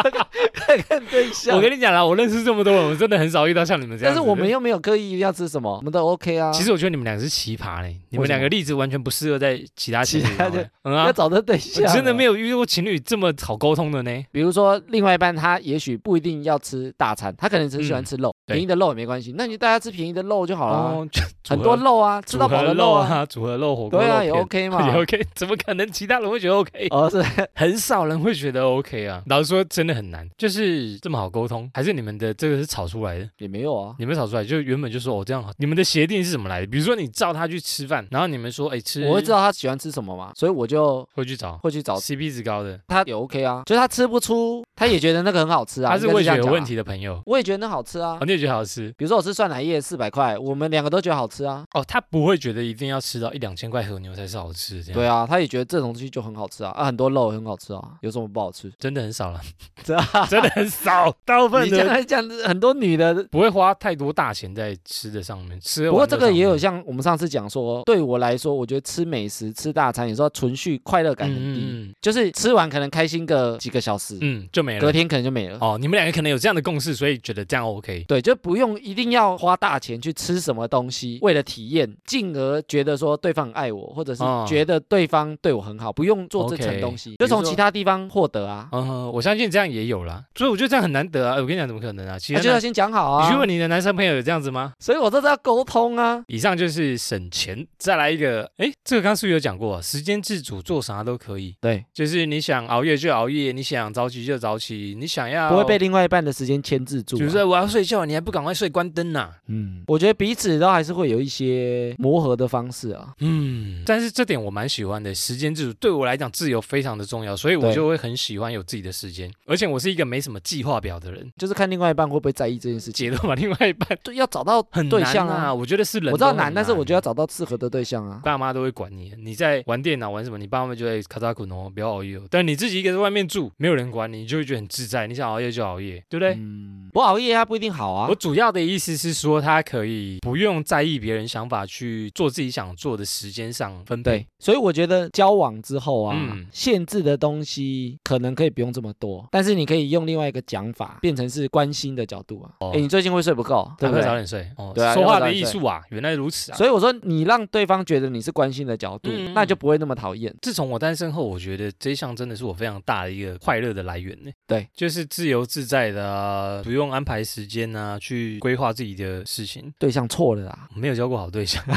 [SPEAKER 2] 看看对象，
[SPEAKER 1] 我跟你讲啦，我认识这么多人，我真的很少遇到像你们这样
[SPEAKER 2] 但
[SPEAKER 1] 子
[SPEAKER 2] 是
[SPEAKER 1] 的。
[SPEAKER 2] 我们又没有刻意一定要吃什么，我们都 OK 啊。
[SPEAKER 1] 其实我觉得你们两个是奇葩嘞，你们
[SPEAKER 2] 为什么
[SPEAKER 1] 两个例子完全不适合在其他情
[SPEAKER 2] 其
[SPEAKER 1] 侣
[SPEAKER 2] 他
[SPEAKER 1] 上面
[SPEAKER 2] 的。
[SPEAKER 1] 嗯
[SPEAKER 2] 要
[SPEAKER 1] 啊，
[SPEAKER 2] 找的对
[SPEAKER 1] 我
[SPEAKER 2] 象，
[SPEAKER 1] 真的没
[SPEAKER 2] 有。
[SPEAKER 1] 有遇过情侣这么好沟通的呢。
[SPEAKER 2] 比如说，另外一半他也许不一定要吃大餐，他可能只喜欢
[SPEAKER 1] 嗯
[SPEAKER 2] 吃肉，
[SPEAKER 1] 对
[SPEAKER 2] 便宜的肉也没关系。那你就大家吃便宜的肉就好了啊、
[SPEAKER 1] 哦，就
[SPEAKER 2] 很多肉啊，吃
[SPEAKER 1] 组
[SPEAKER 2] 到饱
[SPEAKER 1] 合
[SPEAKER 2] 的
[SPEAKER 1] 肉
[SPEAKER 2] 啊，，
[SPEAKER 1] 组合肉火锅
[SPEAKER 2] 对啊，也
[SPEAKER 1] 肉
[SPEAKER 2] OK 嘛
[SPEAKER 1] 片。也 OK，怎么可能其他人会觉得 OK？
[SPEAKER 2] 哦，是
[SPEAKER 1] 很少人会觉得 OK 啊。老实说，真的很难，就是这么好沟通，还是你们的这个是吵出来的？
[SPEAKER 2] 也没有啊，
[SPEAKER 1] 你们吵出来就原本就说我、哦、这样好，你们的协定是怎么来的？比如说你照他去吃饭，然后你们说哎吃，
[SPEAKER 2] 我会知道他喜欢吃什么嘛，所以我就
[SPEAKER 1] 会去找
[SPEAKER 2] 会去找
[SPEAKER 1] CP 值高的，
[SPEAKER 2] 他，也 OK 啊。就是他吃不出，他也觉得那个很好吃啊。
[SPEAKER 1] 他
[SPEAKER 2] 应
[SPEAKER 1] 是
[SPEAKER 2] 该
[SPEAKER 1] 味
[SPEAKER 2] 这
[SPEAKER 1] 觉
[SPEAKER 2] 样
[SPEAKER 1] 有
[SPEAKER 2] 讲啊
[SPEAKER 1] 问，题的朋友，
[SPEAKER 2] 我也觉得那好吃啊
[SPEAKER 1] 哦，。你也觉得好吃。
[SPEAKER 2] 比如说我吃蒜奶叶四百块，我们两个都觉得好吃啊。
[SPEAKER 1] 哦，他不会觉得一定要吃到一两千块和牛才是好吃的，这样
[SPEAKER 2] 对啊，他也觉得这种东西就很好吃啊，啊，很多肉也很好吃啊，有什么不好吃？
[SPEAKER 1] 真的很少 了，
[SPEAKER 2] 这样
[SPEAKER 1] 真的很 少，大部
[SPEAKER 2] 你
[SPEAKER 1] 分
[SPEAKER 2] 这
[SPEAKER 1] 的
[SPEAKER 2] 样讲，很多女的。
[SPEAKER 1] 不会花太多大钱在吃的上面。吃
[SPEAKER 2] 不过这个也有
[SPEAKER 1] 嗯
[SPEAKER 2] 像我们上次讲说，对我来说，我觉得吃美食、吃大餐，有时候存续快乐感很低，
[SPEAKER 1] 嗯嗯
[SPEAKER 2] 就是吃完可能开心个几个小时，
[SPEAKER 1] 嗯，就没
[SPEAKER 2] 隔
[SPEAKER 1] 了。
[SPEAKER 2] 天可能就没了。
[SPEAKER 1] 哦，你们两个可能有这样的共识，所以觉得这样 OK。
[SPEAKER 2] 对，就不用一定要花大钱去吃什么东西，为了体验，进而觉得说对方很爱我，或者是
[SPEAKER 1] 哦
[SPEAKER 2] 觉得对方对我很好，不用做这层
[SPEAKER 1] OK，
[SPEAKER 2] 东西，
[SPEAKER 1] 比
[SPEAKER 2] 就
[SPEAKER 1] 如
[SPEAKER 2] 从
[SPEAKER 1] 说
[SPEAKER 2] 其他地方获得啊。
[SPEAKER 1] 嗯，我相信这样也有啦，所以我觉得这样很难得啊！哎我跟你讲，怎么可能啊？其
[SPEAKER 2] 那
[SPEAKER 1] 实
[SPEAKER 2] 就要先讲好
[SPEAKER 1] 你去
[SPEAKER 2] 啊
[SPEAKER 1] 问，你的男生朋友有这样子吗？
[SPEAKER 2] 所以我这是要沟通啊。
[SPEAKER 1] 以上就是省钱，再来一个，哎，这个刚刚是不是有讲过啊？时间自主，做啥都可以，
[SPEAKER 2] 对，
[SPEAKER 1] 就是你想熬夜就熬夜，你想早起就早起，你想要
[SPEAKER 2] 不会被，另外一半的时间牵制住、
[SPEAKER 1] 比如
[SPEAKER 2] 啊。
[SPEAKER 1] 说我要睡觉，你还不赶快睡，关灯呐、
[SPEAKER 2] 嗯，我觉得彼此都还是会有一些磨合的方式啊。
[SPEAKER 1] 嗯，但是这点我蛮喜欢的，时间自主对我来讲自由非常的重要，所以我
[SPEAKER 2] 对
[SPEAKER 1] 就会很喜欢有自己的时间，而且我是一个没什么计划表的人，
[SPEAKER 2] 就是看另外一半会不会在意这件事情，
[SPEAKER 1] 解到把另外一半
[SPEAKER 2] 对，要找到
[SPEAKER 1] 很
[SPEAKER 2] 对
[SPEAKER 1] 难
[SPEAKER 2] 象
[SPEAKER 1] 啊，
[SPEAKER 2] 啊
[SPEAKER 1] 我觉得是人
[SPEAKER 2] 我知道
[SPEAKER 1] 都很啊
[SPEAKER 2] 难，但是我觉得要
[SPEAKER 1] 得。
[SPEAKER 2] 找到适合的对象啊。
[SPEAKER 1] 爸妈都会管你，你在玩电脑玩什么，你爸妈就在咔嚓滚哦，不要熬夜哦。但你自己一个人在外面住，没有人管你，你就会觉得很自在。你想熬夜就熬夜，对不对？
[SPEAKER 2] 嗯，不熬夜啊，不一定好啊
[SPEAKER 1] 我。主要的意思是说，他可以不用在意别人想法，去做自己想做的时间上分配
[SPEAKER 2] 对。，所以我觉得交往之后啊，
[SPEAKER 1] 嗯
[SPEAKER 2] 限制的东西可能可以不用这么多，但是你可以用另外一个讲法，变成是关心的角度啊。哎、
[SPEAKER 1] 哦
[SPEAKER 2] 你最近会睡不够，对
[SPEAKER 1] 赶
[SPEAKER 2] 不
[SPEAKER 1] 快早
[SPEAKER 2] 对？
[SPEAKER 1] 点睡哦，
[SPEAKER 2] 对啊
[SPEAKER 1] 说
[SPEAKER 2] 要
[SPEAKER 1] 话
[SPEAKER 2] 早
[SPEAKER 1] 的
[SPEAKER 2] 点
[SPEAKER 1] 艺
[SPEAKER 2] 睡
[SPEAKER 1] 术啊，原来如此啊。
[SPEAKER 2] 所以我说，你让对方觉得你是关心的角度，
[SPEAKER 1] 嗯嗯
[SPEAKER 2] 那就不会那么讨厌。
[SPEAKER 1] 自从我单身后，我觉得这项真的是我非常大的一个快乐的来源呢。
[SPEAKER 2] 对，
[SPEAKER 1] 就是自由自在的、啊，不用安排时间啊，去规划自己的事情。
[SPEAKER 2] 对象错了啊啦，
[SPEAKER 1] 我没有交过好对 象，没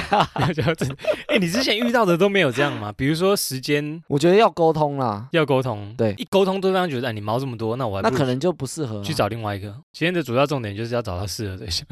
[SPEAKER 1] 有交过真的。哎、你之前遇到的都没有这样吗？比如说时间
[SPEAKER 2] 我觉得要沟通啦，
[SPEAKER 1] 要沟通，
[SPEAKER 2] 对
[SPEAKER 1] 一沟通对方觉得哎你毛这么多，那我还
[SPEAKER 2] 那
[SPEAKER 1] 不
[SPEAKER 2] 可能就不适合啊、
[SPEAKER 1] 去找另外一个。今天的主要重点就是要找到适合对象，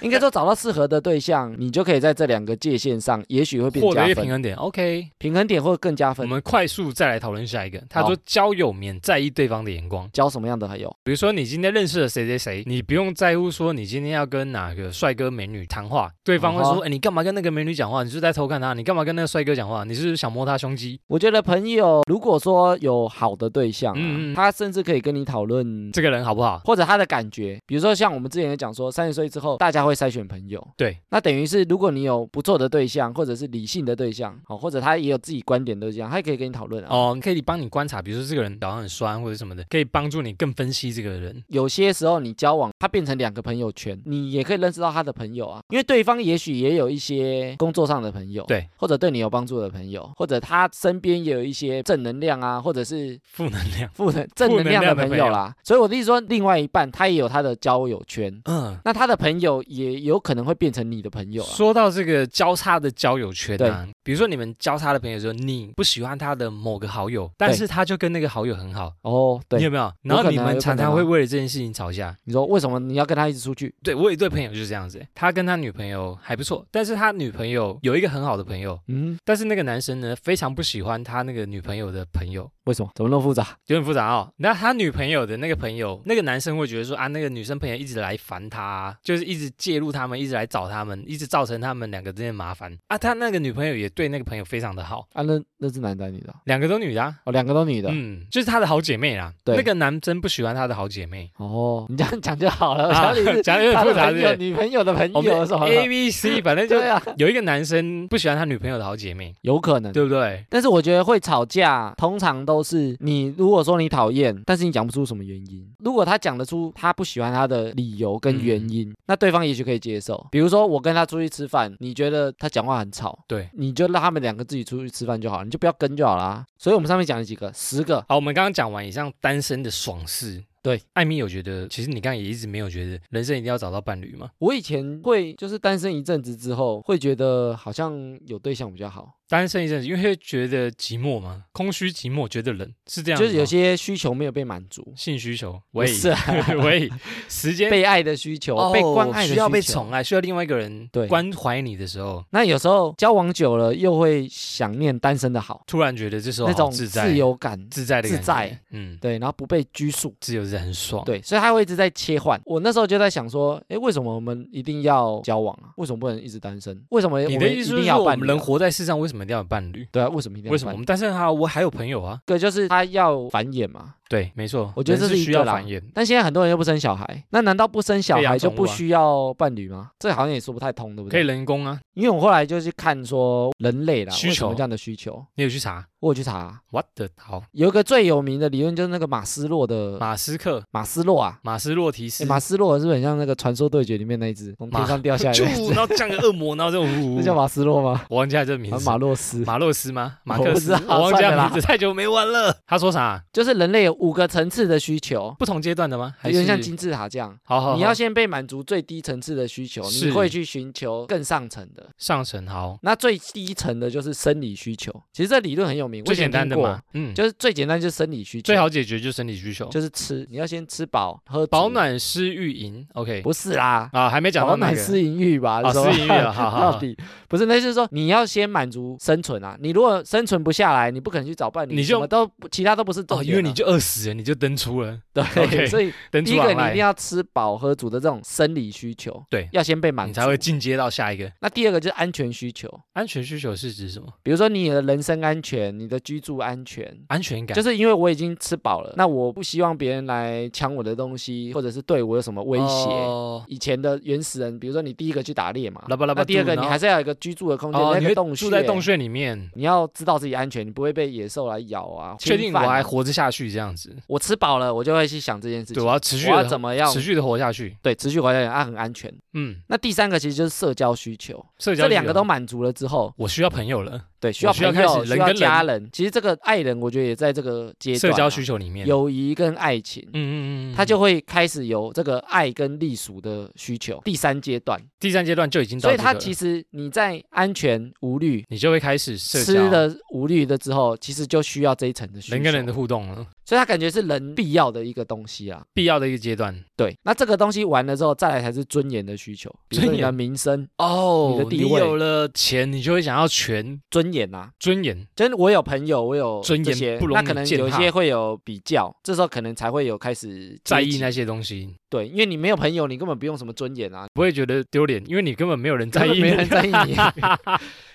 [SPEAKER 2] 应该说找到适合的对象，你就可以在这两个界限上，也许 会变
[SPEAKER 1] 获
[SPEAKER 2] 加
[SPEAKER 1] 得一个
[SPEAKER 2] 分，
[SPEAKER 1] 平衡嗯点。OK，
[SPEAKER 2] 平衡点会更加
[SPEAKER 1] 我
[SPEAKER 2] 分。
[SPEAKER 1] 们快速再来讨论下一个。他
[SPEAKER 2] 好
[SPEAKER 1] 说交友免在意对方的眼光，
[SPEAKER 2] 交什么样的还有？
[SPEAKER 1] 比如说你今天认识了谁谁谁，你不用在乎说你今天要跟哪个帅哥美女谈话，对方会
[SPEAKER 2] 嗯哼
[SPEAKER 1] 说，哎、你干嘛跟那个美女讲话？你是不是在偷看她？你干嘛跟那个帅哥讲话？你是不是想摸他胸肌？
[SPEAKER 2] 我觉得朋友如果说有好的对象、啊，
[SPEAKER 1] 嗯嗯
[SPEAKER 2] 他甚至可以跟你讨论。
[SPEAKER 1] 这个人好不好？
[SPEAKER 2] 或者他的感觉，比如说像我们之前也讲说，三十岁之后大家会筛选朋友，
[SPEAKER 1] 对，
[SPEAKER 2] 那等于是如果你有不错的对象，或者是理性的对象，哦，或者他也有自己观点的对象，他也可以跟你讨论啊。
[SPEAKER 1] 哦，可以帮你观察，比如说这个人好像很酸或者什么的，可以帮助你更分析这个人。
[SPEAKER 2] 有些时候你交往，他变成两个朋友圈，你也可以认识到他的朋友啊，因为对方也许也有一些工作上的朋友，
[SPEAKER 1] 对，
[SPEAKER 2] 或者对你有帮助的朋友，或者他身边也有一些正能量啊，或者是
[SPEAKER 1] 负能量，
[SPEAKER 2] 负能正能量的朋友啦。所以我的意思说，另外一半他也有他的交友圈，
[SPEAKER 1] 嗯。
[SPEAKER 2] 那他的朋友也有可能会变成你的朋友啊。
[SPEAKER 1] 说到这个交叉的交友圈啊，比如说你们交叉的朋友说你不喜欢他的某个好友，但是他就跟那个好友很好，
[SPEAKER 2] 哦，
[SPEAKER 1] 你
[SPEAKER 2] 对
[SPEAKER 1] 有，没有？
[SPEAKER 2] 有
[SPEAKER 1] 然
[SPEAKER 2] 可能啊
[SPEAKER 1] 后你们
[SPEAKER 2] 有可
[SPEAKER 1] 常
[SPEAKER 2] 能
[SPEAKER 1] 常
[SPEAKER 2] 啊
[SPEAKER 1] 会为了这件事情吵架，
[SPEAKER 2] 你说为什么你要跟他一直出去？
[SPEAKER 1] 对我有一对朋友就是这样子欸，他跟他女朋友还不错，但是他女朋友有一个很好的朋友，
[SPEAKER 2] 嗯，
[SPEAKER 1] 但是那个男生呢非常不喜欢他那个女朋友的朋友。
[SPEAKER 2] 为什么？怎么那么复杂？
[SPEAKER 1] 有点复杂哦。那他女朋友的那个朋友，那个男生会觉得说啊，那个女生朋友一直来烦他啊、就是一直介入他们，一直来找他们，一直造成他们两个之间的麻烦啊。他那个女朋友也对那个朋友非常的好，
[SPEAKER 2] 啊，那那是男的还是女的啊？
[SPEAKER 1] 两个都女的、啊，
[SPEAKER 2] 哦，两个都女的。
[SPEAKER 1] 嗯，就是他的好姐妹啦。
[SPEAKER 2] 对
[SPEAKER 1] 那个男生不喜欢他的好姐妹，
[SPEAKER 2] 哦，你这样讲就好了。我
[SPEAKER 1] 啊
[SPEAKER 2] 想你哦是
[SPEAKER 1] 讲得有
[SPEAKER 2] 他
[SPEAKER 1] 点
[SPEAKER 2] 的
[SPEAKER 1] 复杂，
[SPEAKER 2] 朋
[SPEAKER 1] 对
[SPEAKER 2] 友、
[SPEAKER 1] 不对？
[SPEAKER 2] 女朋友的朋
[SPEAKER 1] 我
[SPEAKER 2] 友
[SPEAKER 1] 们
[SPEAKER 2] 什么
[SPEAKER 1] A
[SPEAKER 2] 的？
[SPEAKER 1] B C，反正就
[SPEAKER 2] 对啊，嗯
[SPEAKER 1] 有一个男生不喜欢他女朋友的好姐妹，
[SPEAKER 2] 有可能。
[SPEAKER 1] 对不对？
[SPEAKER 2] 但是我觉得会吵架，通常都是你如果说你讨厌，但是你讲不出什么原因。如果他讲得出他不喜欢他的理由跟原
[SPEAKER 1] 嗯
[SPEAKER 2] 因，那对方也许可以接受。比如说我跟他出去吃饭，你觉得他讲话很吵，
[SPEAKER 1] 对。
[SPEAKER 2] 你就让他们两个自己出去吃饭就好，你就不要跟就好啦。所以我们上面讲了几个，十个，
[SPEAKER 1] 好，我们刚刚讲完以上单身的爽事。
[SPEAKER 2] 对，
[SPEAKER 1] 艾米有觉得，其实你刚刚也一直没有觉得人生一定要找到伴侣吗？
[SPEAKER 2] 我以前会就是单身一阵子之后，会觉得好像有对象比较好，
[SPEAKER 1] 单身一阵子，因为会觉得寂寞嘛，空虚寂寞，觉得冷，是这样子
[SPEAKER 2] 就
[SPEAKER 1] 吗。
[SPEAKER 2] 是有些需求没有被满足，
[SPEAKER 1] 性需求，
[SPEAKER 2] 不
[SPEAKER 1] 喂
[SPEAKER 2] 是、啊、
[SPEAKER 1] 喂， 时间
[SPEAKER 2] 被爱的需求，
[SPEAKER 1] 哦
[SPEAKER 2] 被关爱的需求，
[SPEAKER 1] 需要被宠爱，需要另外一个人
[SPEAKER 2] 对
[SPEAKER 1] 关怀你的时候，
[SPEAKER 2] 那有时候交往久了，又会想念单身的好，
[SPEAKER 1] 突然觉得这时候
[SPEAKER 2] 那
[SPEAKER 1] 好
[SPEAKER 2] 种
[SPEAKER 1] 啊自在、
[SPEAKER 2] 自由感，
[SPEAKER 1] 自在的感觉
[SPEAKER 2] 自在，
[SPEAKER 1] 嗯，
[SPEAKER 2] 对，然后不被拘束，
[SPEAKER 1] 自由自在很爽。
[SPEAKER 2] 对，所以他会一直在切换。我那时候就在想说，诶，为什么我们一定要交往啊？为什么不能一直单身？为什么我们
[SPEAKER 1] 你
[SPEAKER 2] 一
[SPEAKER 1] 的意思
[SPEAKER 2] 定
[SPEAKER 1] 是
[SPEAKER 2] 要
[SPEAKER 1] 说，
[SPEAKER 2] 有
[SPEAKER 1] 我
[SPEAKER 2] 伴
[SPEAKER 1] 们
[SPEAKER 2] 侣
[SPEAKER 1] 人
[SPEAKER 2] 啊？
[SPEAKER 1] 活在世上为什么一定要有伴侣？
[SPEAKER 2] 对啊，为什么一定要有
[SPEAKER 1] 为什么我
[SPEAKER 2] 伴侣？
[SPEAKER 1] 们单身还好，我还有朋友啊？
[SPEAKER 2] 一个就是他要繁衍嘛，
[SPEAKER 1] 对，没错，
[SPEAKER 2] 我觉得
[SPEAKER 1] 人
[SPEAKER 2] 这是一
[SPEAKER 1] 需
[SPEAKER 2] 个
[SPEAKER 1] 要
[SPEAKER 2] 啦
[SPEAKER 1] 繁衍。
[SPEAKER 2] 但现在很多人又不生小孩，那难道不生小
[SPEAKER 1] 可以养
[SPEAKER 2] 孩就
[SPEAKER 1] 宠物
[SPEAKER 2] 不
[SPEAKER 1] 啊
[SPEAKER 2] 需要伴侣吗？这好像也说不太通，对不
[SPEAKER 1] 可以
[SPEAKER 2] 对？
[SPEAKER 1] 人工啊，
[SPEAKER 2] 因为我后来就去看说人类啦，
[SPEAKER 1] 需
[SPEAKER 2] 为什么
[SPEAKER 1] 求
[SPEAKER 2] 这样的需求？
[SPEAKER 1] 你有去查
[SPEAKER 2] 我有去查，
[SPEAKER 1] ？What the 好，
[SPEAKER 2] 有一个最有名的理论就是那个马斯洛的马
[SPEAKER 1] 马斯克、
[SPEAKER 2] 斯洛啊。
[SPEAKER 1] 马斯洛提斯
[SPEAKER 2] 诶，马斯洛是不是很像那个《传说对决》里面那一只从天
[SPEAKER 1] 马
[SPEAKER 2] 上掉下来
[SPEAKER 1] 就
[SPEAKER 2] 的？
[SPEAKER 1] 然后像个恶魔，然后这种
[SPEAKER 2] 那叫马斯洛吗？
[SPEAKER 1] 我忘记他这个名
[SPEAKER 2] 还是
[SPEAKER 1] 字，
[SPEAKER 2] 啊马洛斯？
[SPEAKER 1] 马洛斯吗？马
[SPEAKER 2] 我
[SPEAKER 1] 克
[SPEAKER 2] 不
[SPEAKER 1] 思，
[SPEAKER 2] 知道
[SPEAKER 1] 我忘记
[SPEAKER 2] 算了
[SPEAKER 1] 他
[SPEAKER 2] 啦
[SPEAKER 1] 名字，太久没玩了。他说啥？
[SPEAKER 2] 就是人类有五个层次的需求，
[SPEAKER 1] 不同阶段的吗？还
[SPEAKER 2] 有
[SPEAKER 1] 是
[SPEAKER 2] 点像金字塔这样。
[SPEAKER 1] 好好好，
[SPEAKER 2] 你要先被满足最低层次的需求，你
[SPEAKER 1] 是
[SPEAKER 2] 会去寻求更上层的。
[SPEAKER 1] 上层好，
[SPEAKER 2] 那最低层的就是生理需求，其实这理论很有名，我
[SPEAKER 1] 最
[SPEAKER 2] 以前
[SPEAKER 1] 简单
[SPEAKER 2] 听
[SPEAKER 1] 的
[SPEAKER 2] 过
[SPEAKER 1] 嘛，，嗯，
[SPEAKER 2] 就是最简单就是生理需求，
[SPEAKER 1] 最好解决就是生理需求，
[SPEAKER 2] 就是吃，你要先吃饱喝足
[SPEAKER 1] 保，暖湿育营，OK，
[SPEAKER 2] 不是啦，
[SPEAKER 1] 啊，还没讲
[SPEAKER 2] 保
[SPEAKER 1] 到那
[SPEAKER 2] 暖
[SPEAKER 1] 个，
[SPEAKER 2] 私淫欲吧，
[SPEAKER 1] 哦
[SPEAKER 2] 是吧
[SPEAKER 1] 私淫欲啊好好好
[SPEAKER 2] 到底 不是，那就是说你要先满足生存啊，你如果生存不下来，你不可能去找伴侣，
[SPEAKER 1] 你就
[SPEAKER 2] 什么都不其他都不是重
[SPEAKER 1] 哦，
[SPEAKER 2] 点啊、
[SPEAKER 1] 因为你就饿死了，你就登出了，
[SPEAKER 2] 对
[SPEAKER 1] OK
[SPEAKER 2] 所以
[SPEAKER 1] 登
[SPEAKER 2] 第
[SPEAKER 1] 出
[SPEAKER 2] 一个你一
[SPEAKER 1] 来
[SPEAKER 2] 定要吃饱喝足的这种生理需求，
[SPEAKER 1] 对
[SPEAKER 2] 要先被满足，
[SPEAKER 1] 你才会进阶到下一个
[SPEAKER 2] 那第二个就是安全需求，
[SPEAKER 1] 安全需求是指什么？
[SPEAKER 2] 比如说你的人身安全、你的居住安全。
[SPEAKER 1] 安全感，
[SPEAKER 2] 就是因为我已经吃饱了，那我不希望别人来抢我的东西，或者是对我有什么威胁。
[SPEAKER 1] 哦
[SPEAKER 2] 以前的原始人，比如说你第一个去打猎嘛，
[SPEAKER 1] 拉巴拉巴
[SPEAKER 2] 那第二个
[SPEAKER 1] 杜然
[SPEAKER 2] 你
[SPEAKER 1] 后
[SPEAKER 2] 还是要有一个居住的空间，
[SPEAKER 1] 哦，
[SPEAKER 2] 那
[SPEAKER 1] 你
[SPEAKER 2] 个
[SPEAKER 1] 会
[SPEAKER 2] 洞穴，
[SPEAKER 1] 住在洞穴里面，
[SPEAKER 2] 你要知道自己安全，你不会被野兽来咬啊。
[SPEAKER 1] 确
[SPEAKER 2] 侵
[SPEAKER 1] 定我
[SPEAKER 2] 犯啊
[SPEAKER 1] 还活着下去这样子，
[SPEAKER 2] 我吃饱了，我就会去想这件事
[SPEAKER 1] 对，
[SPEAKER 2] 情，
[SPEAKER 1] 我要持续
[SPEAKER 2] 我要
[SPEAKER 1] 的
[SPEAKER 2] 怎么样
[SPEAKER 1] 持续的活下去，
[SPEAKER 2] 对持续活下去啊，很安全。
[SPEAKER 1] 嗯，
[SPEAKER 2] 那第三个其实就是社交需求，
[SPEAKER 1] 社交
[SPEAKER 2] 这两
[SPEAKER 1] 需
[SPEAKER 2] 个
[SPEAKER 1] 求
[SPEAKER 2] 都满足了之后，
[SPEAKER 1] 我需要朋友了，
[SPEAKER 2] 对，需要
[SPEAKER 1] 需
[SPEAKER 2] 朋
[SPEAKER 1] 要开
[SPEAKER 2] 友，
[SPEAKER 1] 始
[SPEAKER 2] 需
[SPEAKER 1] 人
[SPEAKER 2] 要
[SPEAKER 1] 跟
[SPEAKER 2] 家人。其实这个爱人，我觉得也在这个阶段
[SPEAKER 1] 社
[SPEAKER 2] 啊、
[SPEAKER 1] 交需求里面，
[SPEAKER 2] 友谊跟爱情。
[SPEAKER 1] 嗯，嗯嗯嗯，
[SPEAKER 2] 他就会开始有这个爱跟隶属的需求，第三阶段，
[SPEAKER 1] 第三阶段就已经到
[SPEAKER 2] 所
[SPEAKER 1] 这
[SPEAKER 2] 以
[SPEAKER 1] 个
[SPEAKER 2] 他
[SPEAKER 1] 了，
[SPEAKER 2] 其实你在安全无虑、
[SPEAKER 1] 你就会开始社
[SPEAKER 2] 吃
[SPEAKER 1] 交
[SPEAKER 2] 的无虑的之后，其实就需要这一层的需求，
[SPEAKER 1] 人跟人的互动了，
[SPEAKER 2] 所以他感觉是人必要的一个东西啊。
[SPEAKER 1] 必要的一个阶段。
[SPEAKER 2] 对，那这个东西完了之后，再来才是尊严的需求，比如说
[SPEAKER 1] 尊
[SPEAKER 2] 你的
[SPEAKER 1] 严
[SPEAKER 2] 名声、
[SPEAKER 1] 哦
[SPEAKER 2] 你的地位
[SPEAKER 1] 有了钱，你就会想要权、
[SPEAKER 2] 尊严啊。
[SPEAKER 1] 尊严，
[SPEAKER 2] 就是我有朋友，我有
[SPEAKER 1] 尊严
[SPEAKER 2] 这些
[SPEAKER 1] 不容
[SPEAKER 2] 那可能
[SPEAKER 1] 你践
[SPEAKER 2] 有一
[SPEAKER 1] 踏
[SPEAKER 2] 些会有比较，这时候可能才会有开始
[SPEAKER 1] 在
[SPEAKER 2] 阶
[SPEAKER 1] 意
[SPEAKER 2] 级
[SPEAKER 1] 那些东西，
[SPEAKER 2] 对，因为你没有朋友，你根本不用什么尊严啊，
[SPEAKER 1] 不会觉得丢脸，因为你根本没有人在
[SPEAKER 2] 根本
[SPEAKER 1] 意，
[SPEAKER 2] 没人在意你，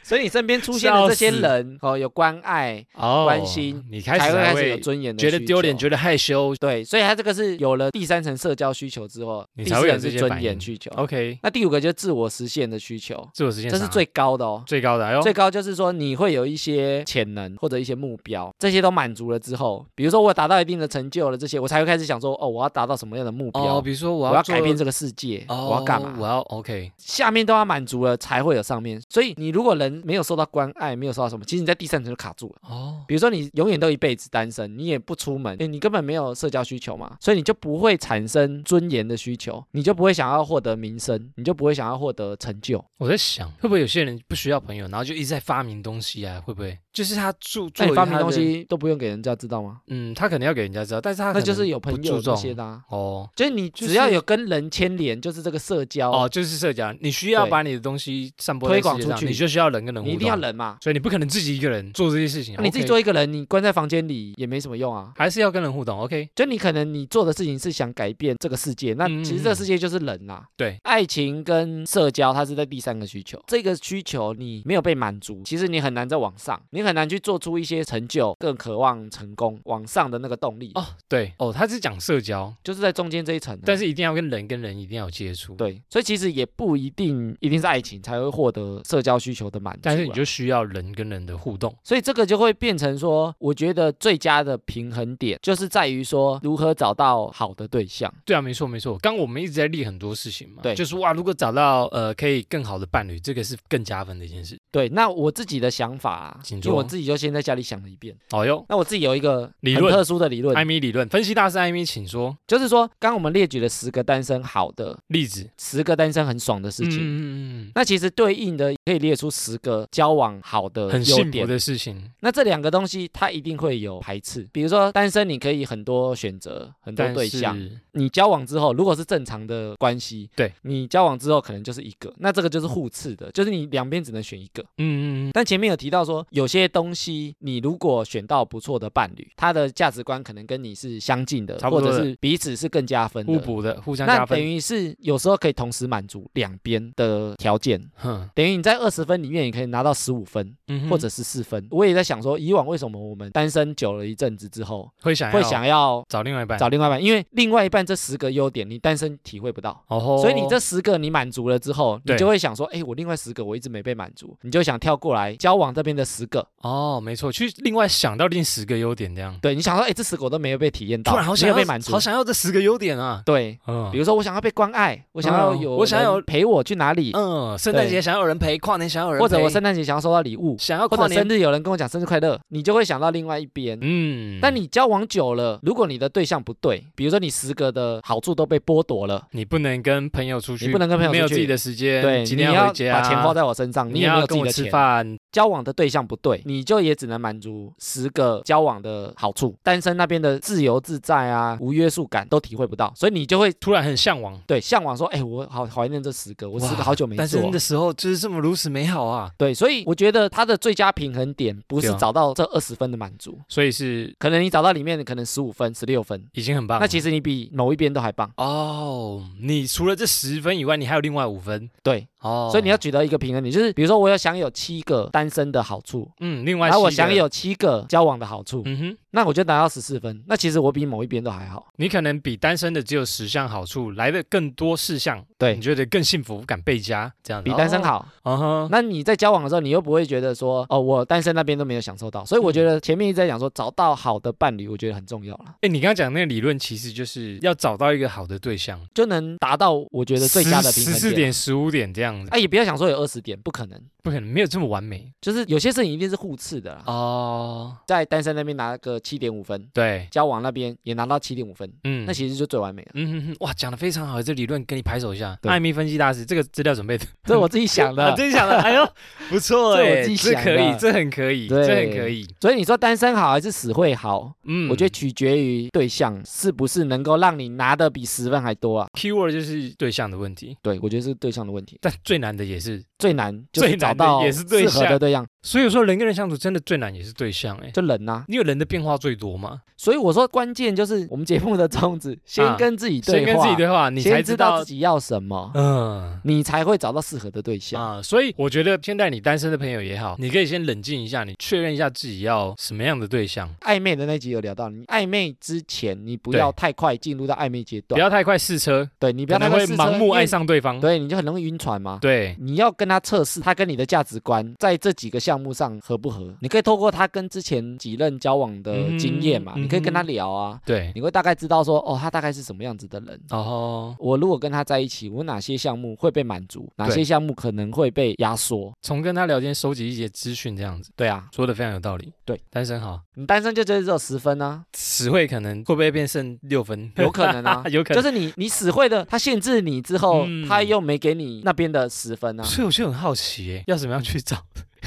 [SPEAKER 2] 所以你身边出现的这些
[SPEAKER 1] 笑死
[SPEAKER 2] 人哦，有关爱，
[SPEAKER 1] 哦，
[SPEAKER 2] 关心，
[SPEAKER 1] 你开
[SPEAKER 2] 才
[SPEAKER 1] 始
[SPEAKER 2] 会
[SPEAKER 1] 才
[SPEAKER 2] 开始有
[SPEAKER 1] 会
[SPEAKER 2] 尊严的需
[SPEAKER 1] 觉
[SPEAKER 2] 求，
[SPEAKER 1] 得丢脸，觉得害羞。
[SPEAKER 2] 对，所以他这个是有了第三层社交需求之后，
[SPEAKER 1] 你
[SPEAKER 2] 第
[SPEAKER 1] 才
[SPEAKER 2] 四
[SPEAKER 1] 会有
[SPEAKER 2] 层
[SPEAKER 1] 这
[SPEAKER 2] 是
[SPEAKER 1] 些
[SPEAKER 2] 尊
[SPEAKER 1] 反
[SPEAKER 2] 严
[SPEAKER 1] 应
[SPEAKER 2] 需求，
[SPEAKER 1] OK，
[SPEAKER 2] 那第五个就是自我实现的需求，
[SPEAKER 1] 自我实现
[SPEAKER 2] 这是
[SPEAKER 1] 啥
[SPEAKER 2] 最高的哦。
[SPEAKER 1] 最高的，哎呦，
[SPEAKER 2] 最高就是说你会有一些潜能或者一些目标，这些都满足了之后，比如说我达到一定的成就了，这些我才会开始想说，哦，我要达到什么样的目标，
[SPEAKER 1] 哦，比如说我
[SPEAKER 2] 我要
[SPEAKER 1] 做
[SPEAKER 2] 改变这个世界，
[SPEAKER 1] 哦，
[SPEAKER 2] 我要干嘛？
[SPEAKER 1] 我要 OK，
[SPEAKER 2] 下面都要满足了才会有上面，所以你如果人没有受到关爱，没有受到什么，其实你在第三层就卡住了。
[SPEAKER 1] 哦，
[SPEAKER 2] 比如说你永远都一辈子单身，你也不出门，诶你根本没有社交需求嘛，所以你就不会产生尊严的需求，你就不会想要获得名声，你就不会想要获得成就。
[SPEAKER 1] 我在想，会不会有些人不需要朋友，然后就一直在发明东西啊？会不会就是他注
[SPEAKER 2] 那
[SPEAKER 1] 做
[SPEAKER 2] 你发明
[SPEAKER 1] 他的
[SPEAKER 2] 东，西都不用给人家知道吗？
[SPEAKER 1] 嗯，他可能要给人家知道，但是他
[SPEAKER 2] 那
[SPEAKER 1] 可
[SPEAKER 2] 就是
[SPEAKER 1] 能
[SPEAKER 2] 有朋
[SPEAKER 1] 不
[SPEAKER 2] 友
[SPEAKER 1] 注
[SPEAKER 2] 这些
[SPEAKER 1] 重
[SPEAKER 2] 的、啊。
[SPEAKER 1] 哦
[SPEAKER 2] 就是你
[SPEAKER 1] 就
[SPEAKER 2] 只要
[SPEAKER 1] 是
[SPEAKER 2] 有跟人牵连，就是这个社交，
[SPEAKER 1] 哦，就是社交，你需要
[SPEAKER 2] 对
[SPEAKER 1] 把你的东西散播在
[SPEAKER 2] 推广
[SPEAKER 1] 世界上
[SPEAKER 2] 出去
[SPEAKER 1] 你就需要人跟人互
[SPEAKER 2] 你
[SPEAKER 1] 动，
[SPEAKER 2] 一定要，人嘛。
[SPEAKER 1] 所以你不可能自己一个人做这些事情，
[SPEAKER 2] 那你自己
[SPEAKER 1] OK，
[SPEAKER 2] 做一个人，你关在房间里也没什么用啊。
[SPEAKER 1] 还是要跟人互动，OK？
[SPEAKER 2] 就你可能你做的事情是想改变这个世界，那
[SPEAKER 1] 嗯
[SPEAKER 2] 其实这个世界就是人啦、
[SPEAKER 1] 对，
[SPEAKER 2] 爱情跟社交它是在第三个需求，这个需求你没有被满足，其实你很难再往上，你很难去做出一些成就，更渴望成功往上的那个动力，
[SPEAKER 1] 哦，对，哦，他是讲社交，
[SPEAKER 2] 就是在中间这一层啊。
[SPEAKER 1] 但是一定要跟人跟人一定要有接触，，
[SPEAKER 2] 对，所以其实也不一定一定是爱情才会获得社交需求的满足啊、
[SPEAKER 1] 但是你就需要人跟人的互动，
[SPEAKER 2] 所以这个就会变成说，我觉得最佳的平衡点就是在于说如何找到好的对象。
[SPEAKER 1] 对啊，没错没错。刚我们一直在列很多事情嘛，
[SPEAKER 2] 对
[SPEAKER 1] 就是哇，如果找到呃可以更好的伴侣，这个是更加分的一件事。
[SPEAKER 2] 对，那我自己的想法、啊，
[SPEAKER 1] 请
[SPEAKER 2] 因为
[SPEAKER 1] 坐
[SPEAKER 2] 我自己就先在家里想了一遍。
[SPEAKER 1] 哦哟，
[SPEAKER 2] 那我自己有一个
[SPEAKER 1] 理
[SPEAKER 2] 很
[SPEAKER 1] 论
[SPEAKER 2] 特殊的理论
[SPEAKER 1] 艾，米理论分析大师艾米，请说
[SPEAKER 2] 就是说，刚刚我们列举了十个单身好的，
[SPEAKER 1] 例子。
[SPEAKER 2] 十个单身很爽的事
[SPEAKER 1] 嗯
[SPEAKER 2] 情。
[SPEAKER 1] 嗯嗯
[SPEAKER 2] 那其实对应的可以列出十个交往好
[SPEAKER 1] 嗯，
[SPEAKER 2] 的
[SPEAKER 1] 很
[SPEAKER 2] 呃优
[SPEAKER 1] 幸福
[SPEAKER 2] 点。
[SPEAKER 1] 的事情，
[SPEAKER 2] 那这两个东西它一定会有排斥，比如说单身你可以很多选择，很多
[SPEAKER 1] 但
[SPEAKER 2] 对象。
[SPEAKER 1] 是嗯
[SPEAKER 2] 你交往之后，如果是正常的关系，
[SPEAKER 1] 对
[SPEAKER 2] 你交往之后可能就是一个，那这个就是互斥的，就是你两边只能选一个。
[SPEAKER 1] 嗯嗯嗯，
[SPEAKER 2] 但前面有提到说，有些东西你如果选到不错的伴侣，他的价值观可能跟你是相近的，
[SPEAKER 1] 差不
[SPEAKER 2] 或
[SPEAKER 1] 多的
[SPEAKER 2] 者是彼此是更加分的，
[SPEAKER 1] 互补的，互相
[SPEAKER 2] 那
[SPEAKER 1] 加
[SPEAKER 2] 等
[SPEAKER 1] 分。
[SPEAKER 2] 于是有时候可以同时满足两边的条件，
[SPEAKER 1] 哼，
[SPEAKER 2] 等于你在二十分里面，你可以拿到十五分
[SPEAKER 1] 嗯哼
[SPEAKER 2] 或者是四分。我也在想说，以往为什么我们单身久了一阵子之后，
[SPEAKER 1] 会想
[SPEAKER 2] 会
[SPEAKER 1] 要
[SPEAKER 2] 想要
[SPEAKER 1] 找另外一半，
[SPEAKER 2] 找另外一半？因为另外一半这十个优点，你单身体会不到。
[SPEAKER 1] 哦吼，
[SPEAKER 2] 所以你这十个你满足了之后，你
[SPEAKER 1] 对
[SPEAKER 2] 就会想说，哎，我另外十个我一直没被满足，你就想跳过来交往这边的十个，
[SPEAKER 1] 哦，没错，去另外想到另十个优点，这样
[SPEAKER 2] 对你想说，哎，这十个我都没有被体验到，
[SPEAKER 1] 突然好
[SPEAKER 2] 没
[SPEAKER 1] 想
[SPEAKER 2] 有
[SPEAKER 1] 要
[SPEAKER 2] 被满足
[SPEAKER 1] 好，想要这十个优点啊，
[SPEAKER 2] 对，
[SPEAKER 1] 嗯
[SPEAKER 2] 比，如说我想要被关爱，我想要
[SPEAKER 1] 嗯
[SPEAKER 2] 有，
[SPEAKER 1] 我想要有
[SPEAKER 2] 陪我去哪里，
[SPEAKER 1] 嗯，圣诞
[SPEAKER 2] 对
[SPEAKER 1] 节想要有人陪，跨年想要有人陪，
[SPEAKER 2] 或者我圣诞节想要收到礼物，
[SPEAKER 1] 想要
[SPEAKER 2] 或
[SPEAKER 1] 跨
[SPEAKER 2] 者生
[SPEAKER 1] 年，
[SPEAKER 2] 日有人跟我讲生日快乐，你就会想到另外一边。
[SPEAKER 1] 嗯，
[SPEAKER 2] 但你交往久了，如果你的对象不对，比如说你十个的好处都被剥夺了，
[SPEAKER 1] 你不能跟朋友出去，
[SPEAKER 2] 你不能跟朋友
[SPEAKER 1] 没有自
[SPEAKER 2] 出去
[SPEAKER 1] 己的时间，
[SPEAKER 2] 对，
[SPEAKER 1] 今
[SPEAKER 2] 你
[SPEAKER 1] 天
[SPEAKER 2] 要
[SPEAKER 1] 回家，
[SPEAKER 2] 把钱花在我身上，
[SPEAKER 1] 你
[SPEAKER 2] 也没
[SPEAKER 1] 要
[SPEAKER 2] 有自
[SPEAKER 1] 跟
[SPEAKER 2] 己
[SPEAKER 1] 我
[SPEAKER 2] 的
[SPEAKER 1] 吃
[SPEAKER 2] 钱。
[SPEAKER 1] 饭，
[SPEAKER 2] 交往的对象不对，你就也只能满足十个交往的好处，单身那边的自由自在啊、无约束感都体会不到，所以你就会
[SPEAKER 1] 突然很向往。
[SPEAKER 2] 对向往说，哎，我好怀念这十个，我十
[SPEAKER 1] 哇
[SPEAKER 2] 个好久没
[SPEAKER 1] 单
[SPEAKER 2] 做
[SPEAKER 1] 身的。时候就是这么如此美好啊，
[SPEAKER 2] 对，所以我觉得他的最佳平衡点不是
[SPEAKER 1] 对啊
[SPEAKER 2] 找到这二十分的满足，
[SPEAKER 1] 所以是
[SPEAKER 2] 可能你找到里面的可能十五分、十六分，
[SPEAKER 1] 已经很棒了。
[SPEAKER 2] 那其实你比某一边都还棒。
[SPEAKER 1] 哦，你除了这十分以外，你还有另外五分
[SPEAKER 2] 对，
[SPEAKER 1] 哦，
[SPEAKER 2] 所以你要取得一个平衡点，就是比如说我要享有七个单身的好处，
[SPEAKER 1] 嗯，另外
[SPEAKER 2] 然后我
[SPEAKER 1] 七个
[SPEAKER 2] 享有七个交往的好处，
[SPEAKER 1] 嗯哼，
[SPEAKER 2] 那我就拿到十四分。那其实我比某一边都还好。
[SPEAKER 1] 你可能比单身的只有十项好处来的更多事项，
[SPEAKER 2] 对
[SPEAKER 1] 你觉得更幸福感倍加这样子，
[SPEAKER 2] 比单身好，
[SPEAKER 1] 哦，嗯哼，
[SPEAKER 2] 那你在交往的时候，你又不会觉得说，哦，我单身那边都没有享受到，所以我觉得前面一直在讲说，找到好的伴侣，我觉得很重要了，
[SPEAKER 1] 哎，你刚刚讲那个理论，其实就是要找到一个好的对象，
[SPEAKER 2] 就能达到我觉得最佳的平
[SPEAKER 1] 十
[SPEAKER 2] 衡
[SPEAKER 1] 四
[SPEAKER 2] 点。
[SPEAKER 1] 点、十五点这样子，
[SPEAKER 2] 啊，也不要想说有二十点，不可能，
[SPEAKER 1] 不可能没有这么完美
[SPEAKER 2] 就是有些事情一定是互斥的啦。
[SPEAKER 1] 哦。
[SPEAKER 2] 在单身那边拿个七点五分，
[SPEAKER 1] 对，
[SPEAKER 2] 交往那边也拿到七点五分，
[SPEAKER 1] 嗯
[SPEAKER 2] 那其实就最完美了。
[SPEAKER 1] 嗯哼哼，哇，讲的非常好，这理论跟你拍手一下。
[SPEAKER 2] 对
[SPEAKER 1] 艾米分析大师， 这个资料准备的，
[SPEAKER 2] 这是我自己想
[SPEAKER 1] 啊
[SPEAKER 2] 的。
[SPEAKER 1] 真想 的，哎呦，不错
[SPEAKER 2] 这我
[SPEAKER 1] 哎，
[SPEAKER 2] 自己
[SPEAKER 1] 这
[SPEAKER 2] 想
[SPEAKER 1] 可以，
[SPEAKER 2] 的
[SPEAKER 1] 这很可以，
[SPEAKER 2] 对
[SPEAKER 1] 这很可以。
[SPEAKER 2] 所以你说单身好还是死会好？
[SPEAKER 1] 嗯，
[SPEAKER 2] 我觉得取决于对象是不是能够让你拿的比十分还多啊。
[SPEAKER 1] keyword 就是对象的问题，
[SPEAKER 2] 对，我觉得是对象的问题，
[SPEAKER 1] 但最难的也是，
[SPEAKER 2] 最难就是
[SPEAKER 1] 最
[SPEAKER 2] 找
[SPEAKER 1] 难的
[SPEAKER 2] 到
[SPEAKER 1] 也是对
[SPEAKER 2] 适合
[SPEAKER 1] 象
[SPEAKER 2] 的对象，
[SPEAKER 1] 所以说人跟人相处真的最难也是对象哎、
[SPEAKER 2] 就人呐、
[SPEAKER 1] 因为人的变化最多嘛，
[SPEAKER 2] 所以我说关键就是我们节目的宗旨，先跟自己对
[SPEAKER 1] 啊先
[SPEAKER 2] 话，
[SPEAKER 1] 跟自己对话，你才
[SPEAKER 2] 先
[SPEAKER 1] 知
[SPEAKER 2] 知
[SPEAKER 1] 道
[SPEAKER 2] 道自己要什么。
[SPEAKER 1] 嗯。
[SPEAKER 2] 你才会找到适合的对象，
[SPEAKER 1] 啊，所以我觉得现在你单身的朋友也好，你可以先冷静一下，你确认一下自己要什么样的对象，
[SPEAKER 2] 暧昧的那集有聊到，你暧昧之前你不
[SPEAKER 1] 对
[SPEAKER 2] 要太快进入到暧昧阶
[SPEAKER 1] 不
[SPEAKER 2] 段，
[SPEAKER 1] 要太快试车，
[SPEAKER 2] 对啊你
[SPEAKER 1] 可
[SPEAKER 2] 不要太
[SPEAKER 1] 能
[SPEAKER 2] 快
[SPEAKER 1] 会
[SPEAKER 2] 试车
[SPEAKER 1] 盲目爱，
[SPEAKER 2] 因
[SPEAKER 1] 上对方
[SPEAKER 2] 为。对，你就很容易晕船嘛。
[SPEAKER 1] 对，
[SPEAKER 2] 你要跟他测试他跟你的价值观在这几个项目上合不合，你可以透过他跟之前几任交往的经验嘛，
[SPEAKER 1] 嗯
[SPEAKER 2] 你可以跟他
[SPEAKER 1] 嗯
[SPEAKER 2] 聊啊，
[SPEAKER 1] 对，
[SPEAKER 2] 你会大概知道说，哦，他大概是什么样子的人。
[SPEAKER 1] 然后
[SPEAKER 2] 我如果跟他在一起，我哪些项目会被满足，哪些项目可能会被压缩？
[SPEAKER 1] 从跟他聊天收集一些资讯，这样子
[SPEAKER 2] 对啊，
[SPEAKER 1] 说的非常有道理。
[SPEAKER 2] 对，
[SPEAKER 1] 单身好，
[SPEAKER 2] 你单身就觉得只有十分啊，
[SPEAKER 1] 词汇可能会不会变剩六分？，
[SPEAKER 2] 有可能啊
[SPEAKER 1] 有可
[SPEAKER 2] 就
[SPEAKER 1] 能。
[SPEAKER 2] 是你你死会的，他限制你之后，
[SPEAKER 1] 嗯
[SPEAKER 2] 他又没给你那边的十分啊。
[SPEAKER 1] 所以我就很好奇耶，要怎么样去 找？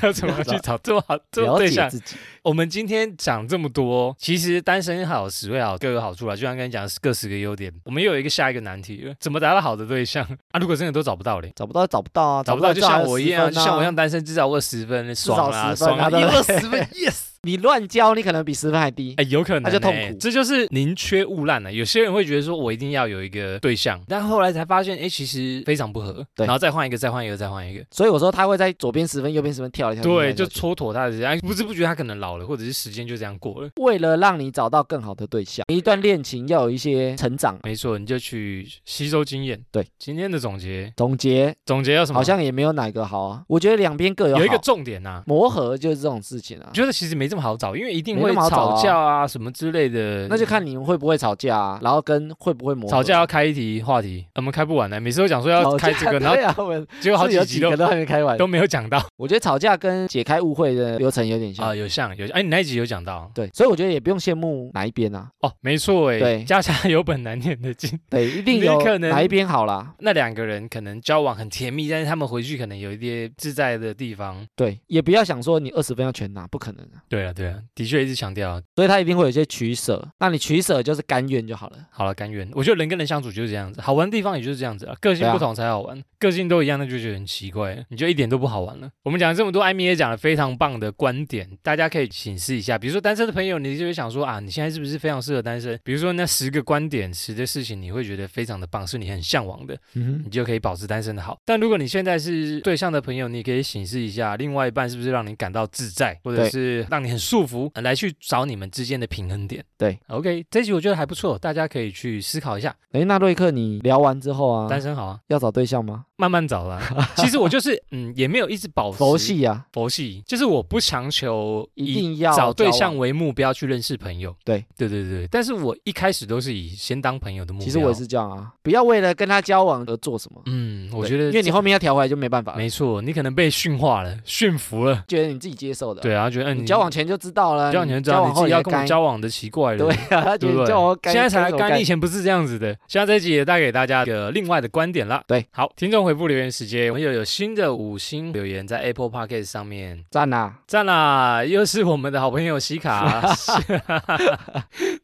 [SPEAKER 1] 要怎么样去找这么好这么
[SPEAKER 2] 了
[SPEAKER 1] 对
[SPEAKER 2] 解
[SPEAKER 1] 象？
[SPEAKER 2] 自己，
[SPEAKER 1] 我们今天讲这么多，其实单身好、实惠好各有好处啦。就像跟你讲，各十个优点。我们又有一个下一个难题了，怎么达到好的对象啊？如果真的都找不到嘞，
[SPEAKER 2] 找不到找不到啊，
[SPEAKER 1] 找
[SPEAKER 2] 不
[SPEAKER 1] 不
[SPEAKER 2] 到
[SPEAKER 1] 到就像我一样，
[SPEAKER 2] 还有10分
[SPEAKER 1] 就
[SPEAKER 2] 啊
[SPEAKER 1] 像我一样，单身，至少我有十分，爽啦，
[SPEAKER 2] 至
[SPEAKER 1] 爽
[SPEAKER 2] 少10分啊
[SPEAKER 1] 啊，
[SPEAKER 2] 对
[SPEAKER 1] 一
[SPEAKER 2] 不
[SPEAKER 1] 二
[SPEAKER 2] 对
[SPEAKER 1] 十 分，yes。
[SPEAKER 2] 你乱教，你可能比十分还低
[SPEAKER 1] 哎，。有可能、欸，
[SPEAKER 2] 那就痛苦
[SPEAKER 1] 这就是宁缺毋滥啊了、有些人会觉得说，我一定要有一个对象，但后来才发现，哎、其实非常不合，
[SPEAKER 2] 对
[SPEAKER 1] 然后再换一个，再换一个，再换一个，
[SPEAKER 2] 所以我说他会在左边十分，右边十分跳来跳去。跳来
[SPEAKER 1] 对，
[SPEAKER 2] 跳
[SPEAKER 1] 就
[SPEAKER 2] 去
[SPEAKER 1] 蹉跎他的时间，哎不知不觉他可能老了，或者是时间就这样过了。
[SPEAKER 2] 为了让你找到更好的对象，一段恋情要有一些成长。
[SPEAKER 1] 没错，你就去吸收经验。
[SPEAKER 2] 对，
[SPEAKER 1] 今天的总结，
[SPEAKER 2] 总结
[SPEAKER 1] 总结要什么？
[SPEAKER 2] 好像也没有哪个好啊，我觉得两边各有
[SPEAKER 1] 有一个
[SPEAKER 2] 好
[SPEAKER 1] 重点呐、
[SPEAKER 2] 磨合就是这种事情啊
[SPEAKER 1] 我。觉得其实没这么好找，因为一定
[SPEAKER 2] 没
[SPEAKER 1] 会
[SPEAKER 2] 那么好找啊
[SPEAKER 1] 吵架啊什么之类的。
[SPEAKER 2] 那就看你们会不会吵架啊，然后跟会不会磨合
[SPEAKER 1] 吵架要开一题话题，我们开不完呢、每次都讲说要
[SPEAKER 2] 吵
[SPEAKER 1] 开
[SPEAKER 2] 架
[SPEAKER 1] 这个，然后
[SPEAKER 2] 对啊，我们
[SPEAKER 1] 结果好
[SPEAKER 2] 是有
[SPEAKER 1] 几
[SPEAKER 2] 几
[SPEAKER 1] 集
[SPEAKER 2] 个
[SPEAKER 1] 都
[SPEAKER 2] 都还没开完
[SPEAKER 1] 都。没有讲 到
[SPEAKER 2] 我觉得吵架跟解开误会的流程有点
[SPEAKER 1] 啊、
[SPEAKER 2] 像，
[SPEAKER 1] 有像有像哎，你那一集有讲到。
[SPEAKER 2] 对，所以我觉得也不用羡慕哪一边啊，
[SPEAKER 1] 哦，没错哎，
[SPEAKER 2] 对
[SPEAKER 1] 家家有本难念的经。
[SPEAKER 2] 对，一定
[SPEAKER 1] 你
[SPEAKER 2] 有
[SPEAKER 1] 可能
[SPEAKER 2] 哪一边好啦，
[SPEAKER 1] 那两个人可能交往很甜蜜，但是他们回去可能有一些自在的地方。
[SPEAKER 2] 对，也不要想说你二十分要全拿，不可能啊，
[SPEAKER 1] 对啊，对啊，的确一直强调，
[SPEAKER 2] 所以他一定会有一些取舍。那你取舍就是甘愿就好了。
[SPEAKER 1] 好了，甘愿。我觉得人跟人相处就是这样子，好玩的地方也就是这样子啊，个性
[SPEAKER 2] 对啊
[SPEAKER 1] 不同才好玩，个性都一样，那就觉得很奇怪了，你就一点都不好玩了。我们讲了这么多，艾米也讲了非常棒的观点，大家可以请示一下。比如说单身的朋友，你就会想说啊，你现在是不是非常适合单身？比如说那十个观点、十的事情，你会觉得非常的棒，是你很向往的。
[SPEAKER 2] 嗯
[SPEAKER 1] 你就可以保持单身的好。但如果你现在是对象的朋友，你可以审视一下另外一半是不是让你感到自在，或者
[SPEAKER 2] 对
[SPEAKER 1] 是让你很舒服，呃来去找你们之间的平衡点。
[SPEAKER 2] 对
[SPEAKER 1] ，OK，这集我觉得还不错，大家可以去思考一下。
[SPEAKER 2] 哼，哎，那瑞克，你聊完之后啊，
[SPEAKER 1] 单身好啊，
[SPEAKER 2] 要找对象吗？
[SPEAKER 1] 慢慢找啦。其实我就是嗯，也没有一直保持
[SPEAKER 2] 佛。系呀、啊，
[SPEAKER 1] 佛系就是我不强求
[SPEAKER 2] 一
[SPEAKER 1] 以
[SPEAKER 2] 定要
[SPEAKER 1] 找对
[SPEAKER 2] 交
[SPEAKER 1] 象
[SPEAKER 2] 往。
[SPEAKER 1] 为目标去认识朋友，
[SPEAKER 2] 对
[SPEAKER 1] 对对对，但是我一开始都是以先当朋友的目标。
[SPEAKER 2] 其实我也，是这样啊，不要为了跟他交往而做什么。
[SPEAKER 1] 嗯，我
[SPEAKER 2] 对
[SPEAKER 1] 觉得
[SPEAKER 2] 因为你后面要调回来就没办法了，
[SPEAKER 1] 没错，你可能被驯化了、驯服了，
[SPEAKER 2] 觉得你自己接受的。，
[SPEAKER 1] 对啊，觉得嗯，
[SPEAKER 2] 你交往前就知道了，
[SPEAKER 1] 交往前知道你自
[SPEAKER 2] 后
[SPEAKER 1] 己
[SPEAKER 2] 也
[SPEAKER 1] 要跟我
[SPEAKER 2] 该
[SPEAKER 1] 交往的奇怪了，
[SPEAKER 2] 对啊，他觉
[SPEAKER 1] 对
[SPEAKER 2] 得
[SPEAKER 1] 不
[SPEAKER 2] 你
[SPEAKER 1] 对
[SPEAKER 2] 交往后？该
[SPEAKER 1] 现在才来
[SPEAKER 2] 该怎么
[SPEAKER 1] 干，
[SPEAKER 2] 干
[SPEAKER 1] 你以前不是这样子的。希望这一集也带给大家一个另外的观点啦。
[SPEAKER 2] 对，
[SPEAKER 1] 好，听众回复留言时间，我们又有新的五星留言在 Apple Podcast 上面，
[SPEAKER 2] 赞啊，
[SPEAKER 1] 赞啦！又是我们的好朋友喜 卡，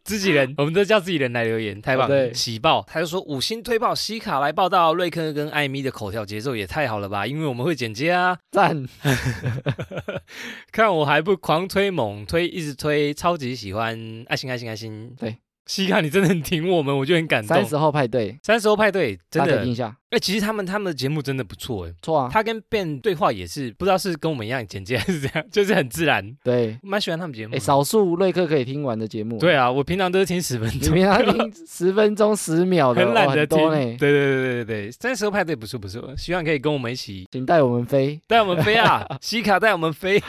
[SPEAKER 1] 自己人，我们都叫自己人来留言，太棒了！
[SPEAKER 2] 哦对
[SPEAKER 1] 喜报，他就说五星推爆喜卡来报道，瑞克跟艾米的口条节奏也太好了吧，因为我们会剪接啊。
[SPEAKER 2] 赞，
[SPEAKER 1] 看我还不狂推猛推，一直推，超级喜欢，爱心爱心爱心。
[SPEAKER 2] 对，
[SPEAKER 1] 西卡你真的很挺我们，我就很感
[SPEAKER 2] 三
[SPEAKER 1] 动。
[SPEAKER 2] 十后哦派对，
[SPEAKER 1] 三十后派对真
[SPEAKER 2] 大家
[SPEAKER 1] 的
[SPEAKER 2] 可以，听一下，
[SPEAKER 1] 哎、其实他们他们的节目真的不错哎。
[SPEAKER 2] 不错啊，
[SPEAKER 1] 他跟 Ben 对话也是，不知道是跟我们一样简介还是怎样， 就是很自然，
[SPEAKER 2] 对，
[SPEAKER 1] 蛮喜欢他们节目
[SPEAKER 2] 哎，
[SPEAKER 1] 的。
[SPEAKER 2] 少数瑞克可以听完的节目，，
[SPEAKER 1] 嗯对啊，我平常都是听十分
[SPEAKER 2] 你
[SPEAKER 1] 钟，
[SPEAKER 2] 们要 听十分钟十秒的，
[SPEAKER 1] 很
[SPEAKER 2] 哦
[SPEAKER 1] 懒得
[SPEAKER 2] 很
[SPEAKER 1] 听。
[SPEAKER 2] 多
[SPEAKER 1] 对对
[SPEAKER 2] 呢，
[SPEAKER 1] 对对对，三十后派对不错不错，希望可以跟我们一起
[SPEAKER 2] 请带我们飞，
[SPEAKER 1] 带我们飞 啊，西卡带我们飞。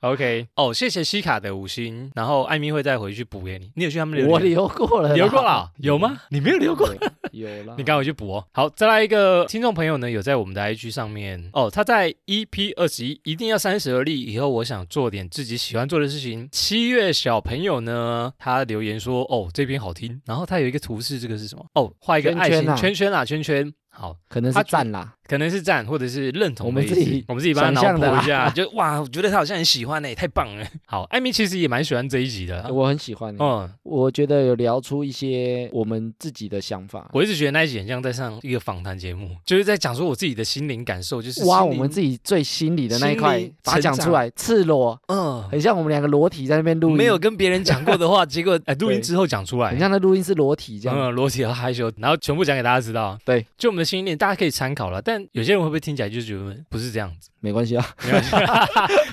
[SPEAKER 1] OK，哦，谢谢西卡的五星，然后艾米会再回去补给你。你有去他们留
[SPEAKER 2] 我
[SPEAKER 1] 言
[SPEAKER 2] 留过了啦，
[SPEAKER 1] 留过了？有 吗？你没有留过。
[SPEAKER 2] 有，有了，
[SPEAKER 1] 你赶快去补哦。好，再来一个听众朋友呢，有在我们的 IG 上面哦，他在 EP 二十一，一定要三十而立。以后我想做点自己喜欢做的事情。七月小朋友呢，他留言说哦，这篇好听，然后他有一个图示，这个是什么？哦，画一个
[SPEAKER 2] 圈
[SPEAKER 1] 爱
[SPEAKER 2] 圈
[SPEAKER 1] 心
[SPEAKER 2] 啊
[SPEAKER 1] 圈圈啊，圈圈。好，
[SPEAKER 2] 可能
[SPEAKER 1] 他
[SPEAKER 2] 是
[SPEAKER 1] 觉得
[SPEAKER 2] 赞啦，
[SPEAKER 1] 可能是赞，或者是认同
[SPEAKER 2] 我们
[SPEAKER 1] 的意思
[SPEAKER 2] 自己
[SPEAKER 1] 我们自己帮他
[SPEAKER 2] 想
[SPEAKER 1] 脑
[SPEAKER 2] 象的
[SPEAKER 1] 补
[SPEAKER 2] 啦
[SPEAKER 1] 一 下，就哇，我觉得他好像很喜欢欸呢、太棒了。好，艾米其实也蛮喜欢这一集的啊。
[SPEAKER 2] 我很喜欢欸，
[SPEAKER 1] 嗯，
[SPEAKER 2] 我觉得有聊出一些我们自己的想法，
[SPEAKER 1] 我一直觉得那一集很像在上一个访谈节目，就是在讲说我自己的心灵感受，就是
[SPEAKER 2] 挖
[SPEAKER 1] 心
[SPEAKER 2] 我
[SPEAKER 1] 灵
[SPEAKER 2] 们自己最心里的那一
[SPEAKER 1] 心
[SPEAKER 2] 块
[SPEAKER 1] 灵，
[SPEAKER 2] 把它讲
[SPEAKER 1] 成
[SPEAKER 2] 出来，赤裸，
[SPEAKER 1] 嗯，
[SPEAKER 2] 很像我们两个裸体在那边录音，
[SPEAKER 1] 没有，跟别人讲过的 话，结果哎录音
[SPEAKER 2] 对
[SPEAKER 1] 之后讲出来
[SPEAKER 2] 很，像那录音是裸体这样，
[SPEAKER 1] 嗯，裸体和害羞，然后全部讲给大家知道。
[SPEAKER 2] 对，
[SPEAKER 1] 就我们的心念，大家可以参考了。但有些人会不会听起来就觉得不是这样子？
[SPEAKER 2] 没关系啊，
[SPEAKER 1] 没关 系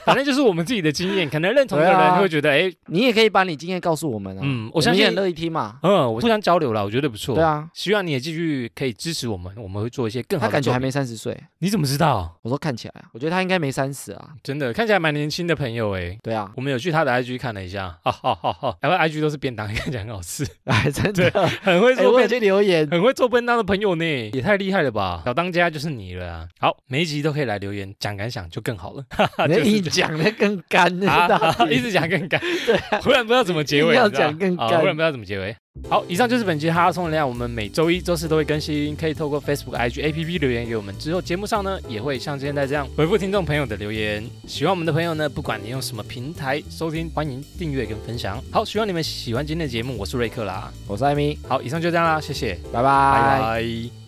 [SPEAKER 1] 反正就是我们自己的经验，可能认同的
[SPEAKER 2] 对啊
[SPEAKER 1] 人会觉得，哎，
[SPEAKER 2] 你也可以把你经验告诉我们啊，
[SPEAKER 1] 嗯，我
[SPEAKER 2] 我
[SPEAKER 1] 相
[SPEAKER 2] 们也
[SPEAKER 1] 信
[SPEAKER 2] 很，乐意听嘛，
[SPEAKER 1] 嗯，我互相交流了，我觉得不错。
[SPEAKER 2] 对，啊，
[SPEAKER 1] 希望你也继续可以支持我们，我们会做一些更好
[SPEAKER 2] 他
[SPEAKER 1] 的。
[SPEAKER 2] 感觉还，没三十岁，
[SPEAKER 1] 你怎么知道？
[SPEAKER 2] 我说看起来啊，我觉得他应该没三十啊，
[SPEAKER 1] 真的看起来蛮年轻的朋友哎。
[SPEAKER 2] 对啊，
[SPEAKER 1] 我们有去他的 IG 看了一下，哈哈哈哈，然后 IG 都是便当，看起来很好 吃，
[SPEAKER 2] 哎，真
[SPEAKER 1] 对
[SPEAKER 2] 的，
[SPEAKER 1] 很会
[SPEAKER 2] 哎，
[SPEAKER 1] 做
[SPEAKER 2] 我
[SPEAKER 1] 便
[SPEAKER 2] 有去 留言，
[SPEAKER 1] 很会做笨蛋的朋友呢，也太厉害了吧！小当家就是你了啊！好，每一集都可以来留言讲感想就更好了，
[SPEAKER 2] 你
[SPEAKER 1] 就是
[SPEAKER 2] 硬讲的更干，你知 道
[SPEAKER 1] 啊
[SPEAKER 2] 吗，
[SPEAKER 1] 一直讲 更干，对， 忽然不知道怎么结尾，
[SPEAKER 2] 啊一定要
[SPEAKER 1] 你知道
[SPEAKER 2] 讲更
[SPEAKER 1] 啊
[SPEAKER 2] 干
[SPEAKER 1] 忽然不知道怎么结尾。好，以上就是本期哈拉充能量，我们每周一、周四都会更新，可以透过 Facebook、IG、APP 留言给我们。之后节目上呢，也会像现在这样回复听众朋友的留言。喜欢我们的朋友呢，不管你用什么平台收听，欢迎订阅跟分享。好，希望你们喜欢今天的节目，我是瑞克啦。
[SPEAKER 2] 我是艾米，
[SPEAKER 1] 好，以上就这样啦，谢谢，拜
[SPEAKER 2] 拜拜。
[SPEAKER 1] 拜